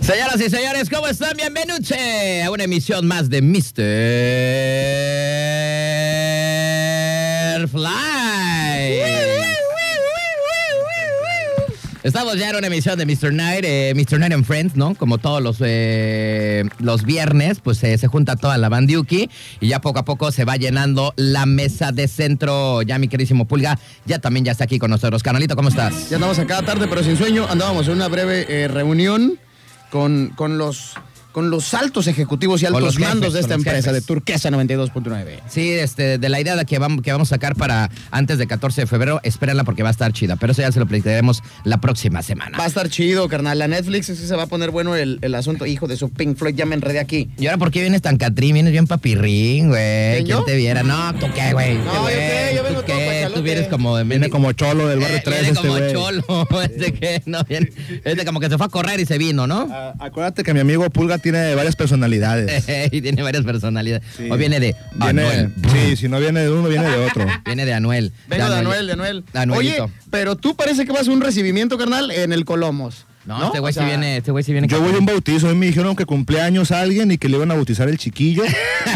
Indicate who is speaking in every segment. Speaker 1: Señoras y señores, ¿cómo están? Bienvenidos a una emisión más de Mr. Fly. Estamos ya en una emisión de Mr. Night, eh, Mr. Night and Friends, ¿no? Como todos los, eh, los viernes, pues eh, se junta toda la bandiuki y ya poco a poco se va llenando la mesa de centro. Ya mi queridísimo Pulga, ya también ya está aquí con nosotros. Canalito, ¿cómo estás?
Speaker 2: Ya andamos acá tarde, pero sin sueño. Andábamos en una breve eh, reunión con, con los con los altos ejecutivos y
Speaker 1: Con
Speaker 2: altos
Speaker 1: los jefes,
Speaker 2: mandos de
Speaker 1: con
Speaker 2: esta
Speaker 1: los
Speaker 2: empresa
Speaker 1: jefes.
Speaker 2: de Turquesa 92.9.
Speaker 1: Sí, este, de la idea de que, vam- que vamos a sacar para antes del 14 de febrero, espérenla porque va a estar chida. Pero eso ya se lo platicaremos la próxima semana.
Speaker 2: Va a estar chido, carnal. La Netflix es que se va a poner bueno el, el asunto. Hijo de su Pink Floyd, ya me enredé aquí.
Speaker 1: ¿Y ahora por qué vienes tan catrín? Vienes bien papirrín, güey.
Speaker 2: ¿Quién, yo?
Speaker 1: ¿Quién te viera? No, ¿tú qué, güey?
Speaker 2: No,
Speaker 1: ¿Tú,
Speaker 2: yo
Speaker 1: güey?
Speaker 2: qué, yo
Speaker 1: ¿Tú
Speaker 2: vengo todo
Speaker 1: qué?
Speaker 2: pachalote.
Speaker 1: Tú vienes como... de-
Speaker 3: Viene como cholo del barrio
Speaker 1: Eh,
Speaker 3: 3
Speaker 1: viene
Speaker 3: este
Speaker 1: como
Speaker 3: güey.
Speaker 1: cholo, este que no viene, este como que se fue a correr y se vino, ¿no?
Speaker 3: Ah, acuérdate que mi amigo Pulga tiene varias personalidades.
Speaker 1: y tiene varias personalidades.
Speaker 3: Sí.
Speaker 1: O viene de
Speaker 3: Viene-
Speaker 1: Anuel.
Speaker 3: Sí, si no viene de uno, viene de otro.
Speaker 1: Viene de Anuel.
Speaker 2: Vengo de Anuel, de Anuel. Oye, pero tú parece que vas a un recibimiento, carnal, en el Colomos.
Speaker 1: no, este güey
Speaker 2: O
Speaker 1: sí
Speaker 2: sea,
Speaker 1: viene, este güey sí viene.
Speaker 3: Yo voy a un bautizo, a mí me dijeron que cumpleaños a alguien y que le iban a bautizar el chiquillo.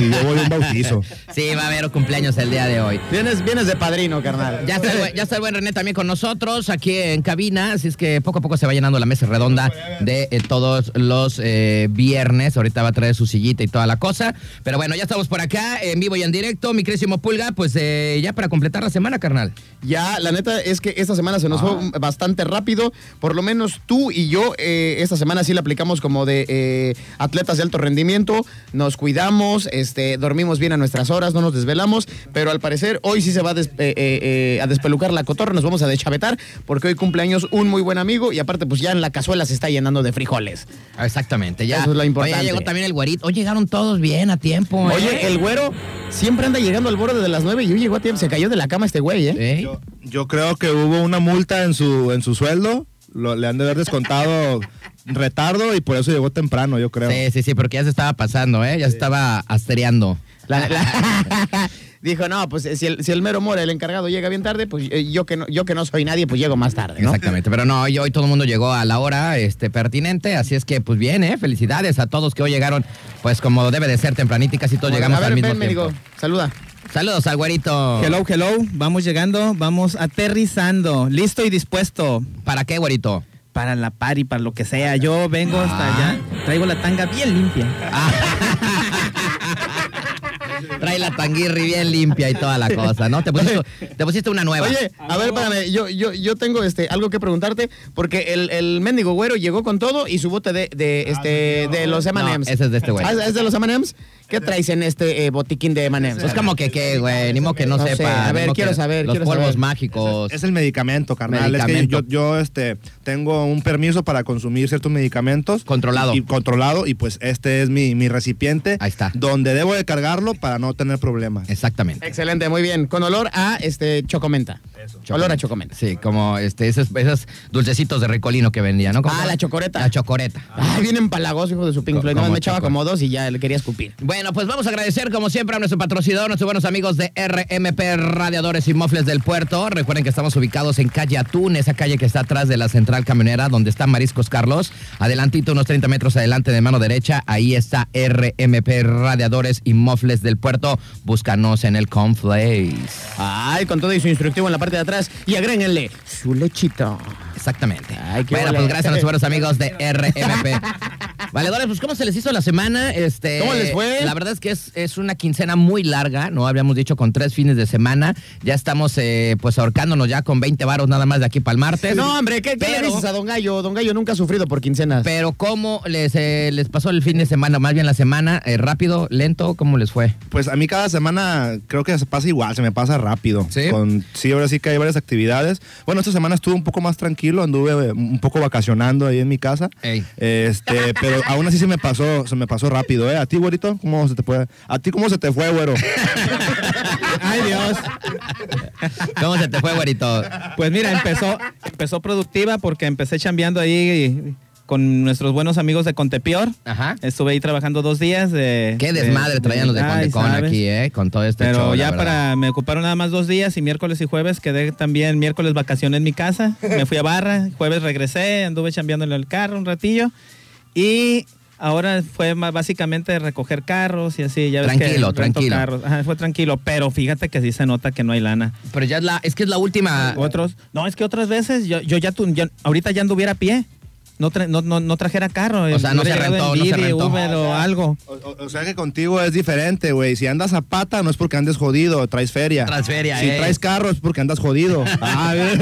Speaker 3: Y yo voy a un bautizo.
Speaker 1: Sí, va a haber cumpleaños el día de hoy.
Speaker 2: Vienes, vienes de padrino, carnal.
Speaker 1: Ya está, el buen- ya está el buen René también con nosotros aquí en cabina, así es que poco a poco se va llenando la mesa redonda de eh, todos los eh, viernes. Ahorita va a traer su sillita y toda la cosa. Pero bueno, ya estamos por acá en vivo y en directo. Mi querísimo Pulga, pues eh, ya para completar la semana, carnal.
Speaker 2: Ya, la neta es que esta semana se nos fue bastante rápido. Por lo menos tú y yo eh, esta semana sí la aplicamos como de eh, atletas de alto rendimiento. Nos cuidamos, este, dormimos bien a nuestras horas, no nos desvelamos. Pero al parecer hoy sí se va a, des- eh, eh, eh, a despelucar la cotorra, nos vamos a deschavetar porque hoy cumpleaños un muy buen amigo y aparte pues ya en la cazuela se está llenando de frijoles.
Speaker 1: Ah, Exactamente, ya.
Speaker 2: Eso es lo importante.
Speaker 1: Oye, ya llegó también el güerito. Hoy llegaron todos bien a tiempo. ¿eh?
Speaker 2: Oye, el güero siempre anda llegando al borde de las nueve y hoy llegó a tiempo. Se cayó de la cama este güey, ¿eh?
Speaker 1: ¿Eh?
Speaker 3: Yo, yo creo que hubo una multa en su, en su sueldo. Lo- le han de haber descontado retardo y por eso llegó temprano, yo creo.
Speaker 1: Sí, sí, sí, porque ya se estaba pasando, ¿eh? Ya se estaba astereando.
Speaker 2: La- la- dijo, no, pues si el, si el mero mora, el encargado, llega bien tarde, pues eh, yo, que no, yo que no soy nadie, pues llego más tarde, ¿no?
Speaker 1: Exactamente, pero no, hoy, hoy todo el mundo llegó a la hora este, pertinente, así es que pues bien, ¿eh? felicidades a todos que hoy llegaron, pues como debe de ser tempranito y casi todos llegamos
Speaker 2: a ver,
Speaker 1: al mismo
Speaker 2: ven,
Speaker 1: tiempo.
Speaker 2: mendigo, saluda.
Speaker 1: Saludos al güerito.
Speaker 4: Hello, hello, vamos llegando, vamos aterrizando, listo y dispuesto
Speaker 1: ¿Para qué, güerito?
Speaker 4: para la party, para lo que sea. Yo vengo hasta allá, traigo la tanga bien limpia.
Speaker 1: Ah. Trae la tanguirri bien limpia y toda la cosa, ¿no? Te pusiste, te pusiste una nueva.
Speaker 2: Oye, a ver, espérame, yo, yo, yo tengo este, algo que preguntarte, porque el, el mendigo güero llegó con todo y su bote de, de, este, de los M&M's.
Speaker 1: Ah, No, ese es de este güey.
Speaker 2: Ah, ¿Es de los M&M's? ¿Qué traes en este eh, botiquín de M&M's?
Speaker 1: Pues como que qué, güey, ni modo que no,
Speaker 2: No sé,
Speaker 1: sepa.
Speaker 2: a
Speaker 1: ni
Speaker 2: ver,
Speaker 1: modo
Speaker 2: quiero
Speaker 1: que
Speaker 2: saber,
Speaker 1: Los
Speaker 2: quiero
Speaker 1: polvos
Speaker 2: saber.
Speaker 1: mágicos.
Speaker 3: Es el medicamento, carnal.
Speaker 1: Pues, Medicamento.
Speaker 3: Es que yo, yo, este, tengo un permiso para consumir ciertos medicamentos.
Speaker 1: Controlado.
Speaker 3: Y, controlado, y pues este es mi, mi recipiente.
Speaker 1: Ahí está.
Speaker 3: Donde debo de cargarlo para no tener problemas.
Speaker 1: Exactamente.
Speaker 2: Excelente, muy bien. Con olor a este chocomenta. Olor a chocomenta.
Speaker 1: Sí, como este, esos, esos dulcecitos de recolino que vendía, ¿no? ¿Cómo
Speaker 2: Ah,
Speaker 1: se llama?
Speaker 2: la chocoreta.
Speaker 1: La chocoreta.
Speaker 2: Ay, bien empalagoso, hijo de su Pink
Speaker 1: Co-
Speaker 2: Floyd. No,
Speaker 1: como
Speaker 2: me echaba
Speaker 1: choco.
Speaker 2: como dos y ya le quería escupir.
Speaker 1: Bueno, pues vamos a agradecer como siempre a nuestro patrocinador, nuestros buenos amigos de RMP Radiadores y Mofles del Puerto. Recuerden que estamos ubicados en calle Atún, esa calle que está atrás de la central camionera donde está Mariscos Carlos. Adelantito, unos 30 metros adelante de mano derecha, ahí está RMP Radiadores y Mofles del Puerto. Búscanos en el Conflace.
Speaker 2: Ay, con todo y su instructivo en la parte de atrás. Y agréguenle su lechita.
Speaker 1: Exactamente.
Speaker 2: Ay, qué
Speaker 1: bueno,
Speaker 2: ole.
Speaker 1: pues gracias a nuestros buenos amigos de RMP. Valedores, pues ¿cómo se les hizo la semana? Este,
Speaker 2: ¿Cómo les fue?
Speaker 1: La verdad es que es, es una quincena muy larga, ¿no? Habíamos dicho con tres fines de semana. Ya estamos eh, pues ahorcándonos ya con 20 varos nada más de aquí para el martes.
Speaker 2: No, hombre, ¿qué, qué le
Speaker 1: Pero-
Speaker 2: dices a Don Gallo? Don Gallo nunca ha sufrido por quincenas.
Speaker 1: Pero ¿cómo les, eh, les pasó el fin de semana? Más bien la semana, eh, rápido, lento, ¿cómo les fue?
Speaker 3: Pues a mí cada semana creo que se pasa igual, se me pasa rápido.
Speaker 1: ¿Sí?
Speaker 3: Con, sí, ahora sí que hay varias actividades. Bueno, esta semana estuve un poco más tranquilo, anduve eh, un poco vacacionando ahí en mi casa.
Speaker 1: Ey.
Speaker 3: Este, pero aún así se me pasó, se me pasó rápido, ¿eh? A ti, güerito, ¿cómo se te puede? ¿A ti cómo se te fue, güero?
Speaker 4: Ay Dios.
Speaker 1: ¿Cómo se te fue, güerito?
Speaker 4: Pues mira, empezó, empezó productiva porque empecé chambeando ahí con nuestros buenos amigos de Contepior.
Speaker 1: Ajá.
Speaker 4: Estuve ahí trabajando dos días. De,
Speaker 1: Ah. Qué desmadre
Speaker 4: de-
Speaker 1: traían los de
Speaker 4: eh, Ay,
Speaker 1: Condecon
Speaker 4: ¿sabes?
Speaker 1: aquí, ¿eh? Con todo este
Speaker 4: Pero
Speaker 1: show, la
Speaker 4: ya
Speaker 1: verdad.
Speaker 4: para, me ocuparon nada más dos días y miércoles y jueves quedé también miércoles vacaciones en mi casa. Me fui a barra, jueves regresé, anduve chambeándole el carro un ratillo Y ahora fue más básicamente recoger carros y así. Ya ves que
Speaker 1: Tranquilo,
Speaker 4: rento
Speaker 1: tranquilo.
Speaker 4: carros. Ajá, fue tranquilo, pero fíjate que sí se nota que no hay lana.
Speaker 1: Pero ya es la, es que es la última.
Speaker 4: Otros, no, es que otras veces yo, yo ya, tu- ya- ahorita ya anduviera a pie. No, tra- no, no, no trajera carro.
Speaker 1: O sea, no
Speaker 4: hubiera
Speaker 1: se rentó,
Speaker 4: llegado en
Speaker 1: no se
Speaker 4: Didi,
Speaker 1: rentó. Ah,
Speaker 4: Uber o algo.
Speaker 3: O, o- o sea que contigo es diferente, güey. Si andas a pata, no es porque andes jodido, traes feria.
Speaker 1: Traes feria,
Speaker 3: Si
Speaker 1: eh.
Speaker 3: traes carro, es porque andas jodido. ah, bien.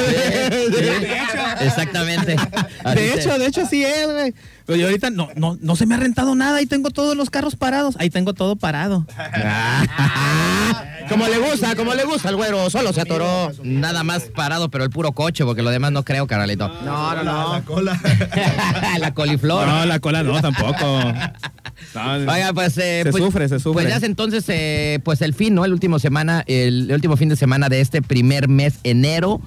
Speaker 1: Exactamente.
Speaker 4: De
Speaker 1: Así
Speaker 4: hecho,
Speaker 1: se-
Speaker 4: de hecho sí es, güey. Pero yo ahorita no, no, no se me ha rentado nada y tengo todos los carros parados. Ahí tengo todo parado.
Speaker 1: Ah.
Speaker 2: Como le gusta, como le gusta al güero, solo se atoró.
Speaker 1: Nada más parado, pero el puro coche, porque lo demás no creo, caralito.
Speaker 2: No, no, no.
Speaker 3: cola.
Speaker 1: la coliflor.
Speaker 4: No, la cola no, tampoco.
Speaker 1: Oiga, pues, eh,
Speaker 4: Se
Speaker 1: pues-
Speaker 4: sufre, se sufre.
Speaker 1: Pues ya es entonces, eh, pues el fin, ¿no? El último semana, el, el último fin de semana de este primer mes, enero.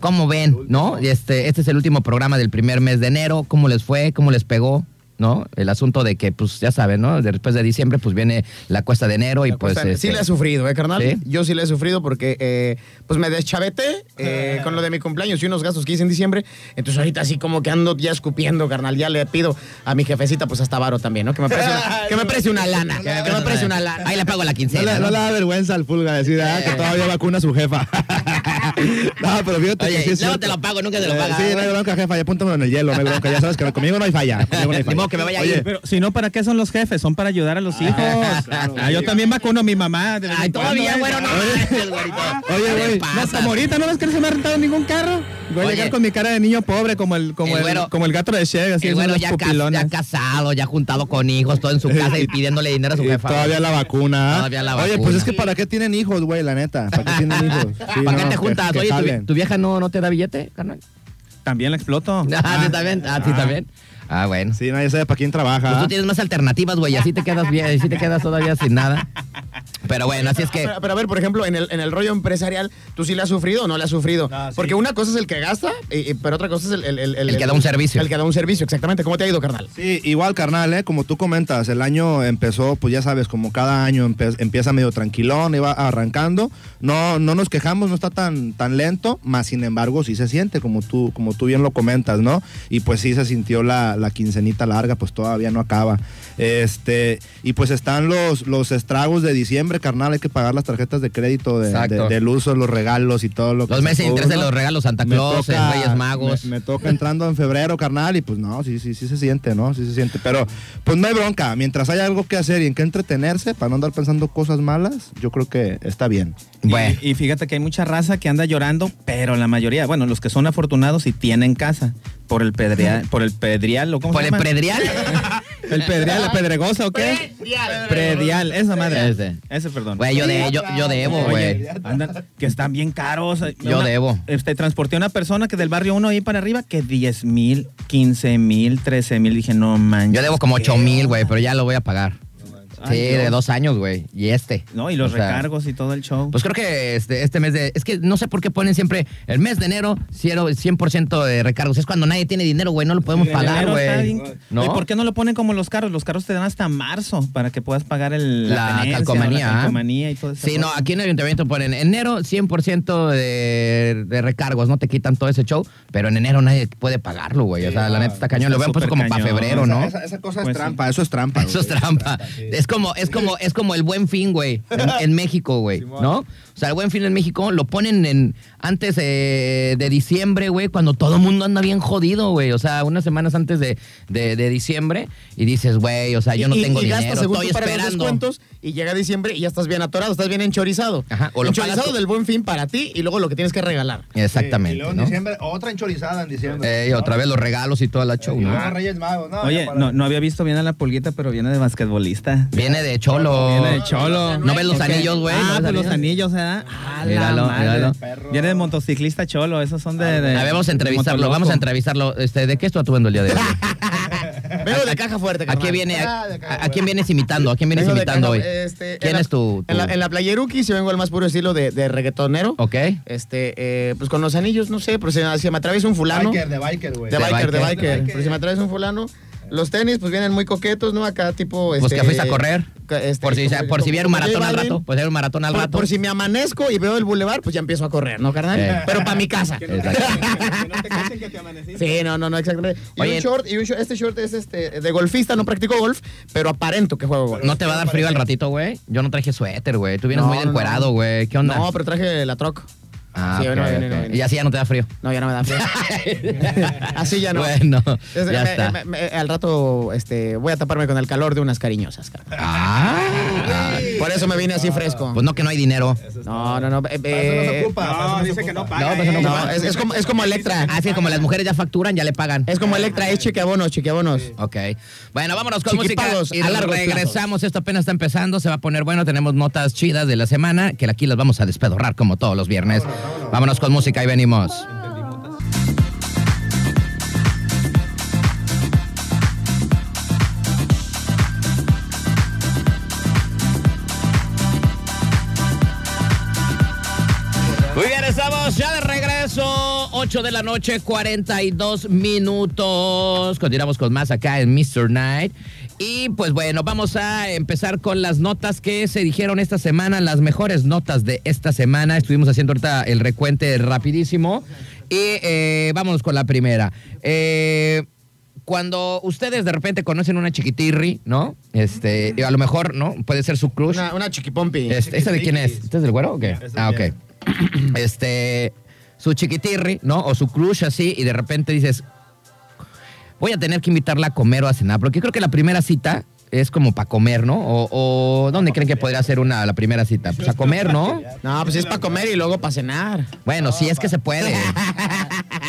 Speaker 1: ¿Cómo ven, no? Este, este es el último programa del primer mes de enero. ¿Cómo les fue? ¿Cómo les pegó? ¿No? El asunto de que, pues, ya saben, ¿no? Después de diciembre, pues viene la cuesta de enero y pues.
Speaker 2: Pues, eh, sí
Speaker 1: este,
Speaker 2: le he sufrido, ¿eh, carnal?
Speaker 1: ¿Sí?
Speaker 2: Yo sí le he sufrido porque eh, pues me deschaveté eh, con lo de mi cumpleaños y unos gastos que hice en diciembre. Entonces ahorita así como que ando ya escupiendo, carnal. Ya le pido a mi jefecita, pues hasta varo también, ¿no? Que me preste una, que me preste una lana. Que me preste una lana.
Speaker 1: Ahí le pago la
Speaker 3: No
Speaker 1: quincena. ¿no?
Speaker 3: le,
Speaker 1: Eh.
Speaker 3: no le da vergüenza al pulga decir ah, que todavía vacuna a su jefa. no, pero fíjate
Speaker 1: Oye,
Speaker 3: que sí es
Speaker 1: luego
Speaker 3: cierto.
Speaker 1: te lo pago, nunca te lo
Speaker 3: Eh,
Speaker 1: pagas.
Speaker 3: Sí, no hay bronca, jefa, ya apúntamelo en el hielo, no hay bronca. Ya sabes que conmigo no hay falla. conmigo no hay
Speaker 1: Ni
Speaker 3: falla.
Speaker 1: modo que me vaya a
Speaker 3: Oye,
Speaker 1: ir.
Speaker 4: Pero si no, ¿para qué son los jefes? Son para ayudar a los hijos.
Speaker 3: claro.
Speaker 4: Ah, yo también vacuno a mi mamá. de vez
Speaker 1: Ay,
Speaker 4: en cuando,
Speaker 1: todavía,
Speaker 4: ¿eh?
Speaker 1: bueno, no. manches, güerito.
Speaker 3: Oye, güey,
Speaker 1: ¿Qué
Speaker 3: no,
Speaker 4: No,
Speaker 1: pasa?
Speaker 4: como ahorita no ves que no se me ha rentado ningún carro. Voy
Speaker 1: Oye.
Speaker 4: a llegar con mi cara de niño pobre, como el, como
Speaker 1: El
Speaker 4: el,
Speaker 1: güero-
Speaker 4: como el gato de Sheg, así
Speaker 1: El
Speaker 4: es
Speaker 1: güero
Speaker 4: unos
Speaker 1: ya, cas-
Speaker 4: pupilones.
Speaker 1: ya casado, ya juntado con hijos, todo en su casa y pidiéndole dinero a su
Speaker 3: y
Speaker 1: jefa.
Speaker 3: todavía la vacuna. ¿ah?
Speaker 1: Todavía la
Speaker 3: Oye,
Speaker 1: vacuna.
Speaker 3: pues es que para qué tienen hijos, güey, la neta. ¿Para qué tienen hijos? Sí,
Speaker 1: ¿Para qué
Speaker 3: no,
Speaker 1: te
Speaker 3: que-
Speaker 1: juntas?
Speaker 3: que
Speaker 1: Oye, tu vie-
Speaker 3: jalen.
Speaker 1: ¿tu, vieja no, no te da billete, carnal?
Speaker 4: También la exploto.
Speaker 1: Ah, ¿sí también? Ah, ¿sí también? Ah, bueno.
Speaker 3: Sí, nadie sabe para quién trabaja.
Speaker 1: Pues tú
Speaker 3: ¿ah?
Speaker 1: tienes más alternativas, güey, así te quedas bien, así te quedas todavía sin nada. Pero bueno, así es que...
Speaker 2: Ah,
Speaker 4: Ah,
Speaker 2: Pero, pero a ver, por ejemplo, en el, en el rollo empresarial, ¿tú sí le has sufrido o no le has sufrido?
Speaker 4: No, sí.
Speaker 2: Porque una cosa es el que gasta, y- y- pero otra cosa es el, el,
Speaker 1: El que da un servicio.
Speaker 2: El que da un servicio, exactamente. ¿Cómo te ha ido, carnal?
Speaker 3: Sí, igual carnal, ¿eh? como tú comentas, el año empezó, pues ya sabes, como cada año empe- empieza medio tranquilón, iba arrancando. No, no nos quejamos, no está tan, tan lento, más sin embargo sí se siente, como tú, como tú bien lo comentas, ¿no? Y pues sí se sintió la, la quincenita larga, pues todavía no acaba. Este, y pues están los, los estragos de diciembre, carnal, hay que pagar las tarjetas de crédito de- de-
Speaker 1: Exacto.
Speaker 3: del uso, los regalos y todo lo que
Speaker 1: Los
Speaker 3: se
Speaker 1: meses de
Speaker 3: cobra,
Speaker 1: interés de
Speaker 3: ¿no?
Speaker 1: los regalos, Santa
Speaker 3: Me
Speaker 1: Claus,
Speaker 3: toca-
Speaker 1: Reyes Magos.
Speaker 3: Me, me toca entrando en febrero, carnal, y pues no, sí, sí, sí se siente, ¿no? Sí se siente. Pero pues no hay bronca. Mientras haya algo que hacer y en qué entretenerse, para no andar pensando cosas malas, yo creo que está bien.
Speaker 4: Y-
Speaker 1: Bueno.
Speaker 4: Y, fíjate que hay mucha raza que anda llorando, pero la mayoría, bueno, los que son afortunados y tienen casa por el pedreal, por el pedrial, ¿o cómo
Speaker 1: ¿Por
Speaker 4: se
Speaker 1: el Pues,
Speaker 4: llama? Ah,
Speaker 1: predrial?
Speaker 4: el pedreal, la pedregosa, ¿o qué? Predial. esa madre.
Speaker 1: Ese.
Speaker 4: Ese, perdón.
Speaker 1: Este. Güey, yo, de, yo, yo debo, güey.
Speaker 4: Oye, andan- que están bien caros.
Speaker 1: Yo debo.
Speaker 4: Este, transporté a una persona que del barrio 1 ahí para arriba que 10 mil, 15 mil, 13 mil. Dije, no manches.
Speaker 1: Yo debo como
Speaker 4: ¿qué
Speaker 1: 8 mil, güey,
Speaker 4: onda?
Speaker 1: pero ya lo voy a pagar. Sí,
Speaker 4: Ay,
Speaker 1: de
Speaker 4: Dios.
Speaker 1: dos años, güey. Y este.
Speaker 4: No, y los
Speaker 1: O sea,
Speaker 4: recargos y todo el show.
Speaker 1: Pues creo que este, este mes de... Es que no sé por qué ponen siempre el mes de enero cero- 100% de recargos. Es cuando nadie tiene dinero, güey. No lo podemos
Speaker 4: El
Speaker 1: pagar,
Speaker 4: dinero está
Speaker 1: güey.
Speaker 4: bien-
Speaker 1: ¿No?
Speaker 4: ¿Y por qué no lo ponen como los carros? Los carros te dan hasta marzo para que puedas pagar el,
Speaker 1: La
Speaker 4: tenencia o
Speaker 1: calcomanía, ¿ah?
Speaker 4: La calcomanía y todo eso.
Speaker 1: Sí, no, aquí en el ayuntamiento ponen enero 100% de, de recargos, no te quitan todo ese show, pero en enero nadie puede pagarlo, güey. O sea, la neta está cañón, lo
Speaker 4: Ah, Está
Speaker 1: habían puesto como
Speaker 4: súper
Speaker 1: para
Speaker 4: cañón.
Speaker 1: febrero, ¿no?
Speaker 3: Esa, esa cosa
Speaker 4: Pues
Speaker 3: es
Speaker 4: sí.
Speaker 3: trampa, eso es trampa.
Speaker 1: Eso es
Speaker 3: güey.
Speaker 1: trampa. Es como, es como, es como el buen fin, güey. En, en México, güey. ¿No? O sea, el buen fin en México lo ponen en antes eh, de diciembre, güey, cuando todo el mundo anda bien jodido, güey. O sea, unas semanas antes de, de- de diciembre. Y dices, güey, o sea, yo no
Speaker 2: Y-
Speaker 1: tengo
Speaker 2: y gastas
Speaker 1: dinero.
Speaker 2: según
Speaker 1: Estoy
Speaker 2: tú para los
Speaker 1: esperando.
Speaker 2: descuentos y llega diciembre y ya estás bien atorado, estás bien enchorizado.
Speaker 1: Ajá, o lo
Speaker 2: enchorizado
Speaker 1: pagas-
Speaker 2: del buen fin para ti y luego lo que tienes que regalar.
Speaker 1: Exactamente.
Speaker 3: Sí, y luego en
Speaker 1: ¿no?
Speaker 3: diciembre, otra enchorizada en
Speaker 2: pues,
Speaker 3: diciembre.
Speaker 1: Eh, y otra vez los regalos y toda la
Speaker 3: Y
Speaker 1: show,
Speaker 3: luego
Speaker 2: Ah,
Speaker 1: ¿no?
Speaker 3: Reyes Magos, ¿no?
Speaker 4: Oye,
Speaker 3: ya para-
Speaker 4: no, no había visto bien a la pulguita, pero viene de basquetbolista.
Speaker 1: Viene de cholo.
Speaker 4: Viene de cholo.
Speaker 1: ¿No ves los anillos, güey?
Speaker 4: Ah,
Speaker 1: ¿No ves
Speaker 4: pues los anillos, ¿eh? Ah, la
Speaker 1: Míralo,
Speaker 4: madre.
Speaker 1: míralo.
Speaker 4: Viene de motociclista cholo, esos son de. de
Speaker 1: A ver, vamos a
Speaker 4: de
Speaker 1: entrevistarlo, vamos a
Speaker 4: motoloco.
Speaker 1: entrevistarlo. Este, ¿De qué estuvo atuendo el día de hoy?
Speaker 2: Vengo de caja fuerte,
Speaker 1: ¿A
Speaker 2: carnal.
Speaker 1: qué viene? ¿A,
Speaker 3: Ah, de acá,
Speaker 1: a- a
Speaker 3: güey.
Speaker 1: quién vienes imitando? ¿A quién vienes
Speaker 2: Vengo de
Speaker 1: imitando
Speaker 2: caja-
Speaker 1: hoy?
Speaker 2: este, en
Speaker 1: ¿Quién
Speaker 2: la-
Speaker 1: es tu,
Speaker 2: En la,
Speaker 1: tu-
Speaker 2: en la playeruki sí vengo al más puro estilo de, de reggaetonero.
Speaker 1: Ok.
Speaker 2: Este, eh, pues con los anillos, no sé, pero si, si me atraviesa un fulano.
Speaker 3: Biker, de biker, güey.
Speaker 2: de biker, de
Speaker 1: biker.
Speaker 2: biker. Pero si me atraviesa un fulano, Los tenis, pues vienen muy coquetos, ¿no? Acá tipo. este,
Speaker 1: Pues que fuiste a correr.
Speaker 2: ca- este,
Speaker 1: por si,
Speaker 2: como-
Speaker 1: por si
Speaker 2: como-
Speaker 1: viera un
Speaker 2: como J
Speaker 1: maratón al
Speaker 2: Balvin.
Speaker 1: rato. Por si viera un maratón al
Speaker 2: Por-
Speaker 1: rato.
Speaker 2: Por si me amanezco y veo el bulevar, pues ya empiezo a correr, ¿no, carnal?
Speaker 1: Eh.
Speaker 2: Pero para mi casa.
Speaker 1: no te Exacto.
Speaker 2: Sí, no, no, no, exactamente. Y
Speaker 1: Oye,
Speaker 2: un short, y un short, este short es este de golfista, no practico golf, pero aparento que juego golf.
Speaker 1: ¿No te va a dar frío al ratito, güey? Yo no traje suéter, güey. Tú vienes
Speaker 2: No,
Speaker 1: muy
Speaker 2: no,
Speaker 1: encuerado,
Speaker 2: no.
Speaker 1: güey. ¿Qué onda?
Speaker 2: No, pero traje la troc.
Speaker 1: Ah,
Speaker 2: Sí,
Speaker 1: ok,
Speaker 2: no, no,
Speaker 1: ok.
Speaker 2: no, no, no.
Speaker 1: Y así ya no te da frío.
Speaker 2: No, ya no me dan frío. Así ya no.
Speaker 1: Bueno,
Speaker 2: Es-
Speaker 1: ya
Speaker 2: me-
Speaker 1: está.
Speaker 2: me- me- al rato este, voy a taparme con el calor de unas cariñosas. carnal.
Speaker 1: Ah,
Speaker 2: Por eso me vine así fresco.
Speaker 1: pues no que no hay dinero.
Speaker 2: No, no, no. eh, eh,
Speaker 5: No, dice que no paga.
Speaker 1: No, pues no
Speaker 5: eh.
Speaker 2: no, es, es como, es como Electra.
Speaker 1: Así que como las mujeres ya facturan, ya le pagan.
Speaker 2: Es como Electra, es chiquiabonos, chiquiabonos.
Speaker 1: Ok. Bueno, vámonos con música
Speaker 2: Chiquipalos
Speaker 1: y
Speaker 2: a largo
Speaker 1: regresamos. Esto apenas está empezando, se va a poner bueno. Tenemos notas chidas de la semana que aquí las vamos a despedorrar como todos los viernes. Vámonos con música y venimos. Muy bien, estamos ya de regreso. 8 de la noche, 42 minutos. Continuamos con más acá en Mr. Night. Y pues bueno, vamos a empezar con las notas que se dijeron esta semana, las mejores notas de esta semana. Estuvimos haciendo ahorita el recuente rapidísimo. Y eh, vámonos con la primera. Eh, cuando ustedes de repente conocen una chiquitirri, ¿no? Este, y a lo mejor, ¿no? Puede ser su crush.
Speaker 2: Una, una chiquipompi.
Speaker 1: Este, ¿Esta de quién es?
Speaker 5: Chiquitriquis.
Speaker 1: ¿Esta es del güero o qué?
Speaker 5: Esta es
Speaker 1: Ah,
Speaker 5: mía.
Speaker 1: ok. Este, su chiquitirri, ¿no? O su crush así, y de repente dices, voy a tener que invitarla a comer o a cenar, porque creo que la primera cita es como para comer, ¿no? O, o ¿dónde creen que podría ser una la primera cita? Pues a comer, ¿no?
Speaker 2: No, pues es para comer y luego para cenar.
Speaker 1: Bueno, si es que se puede.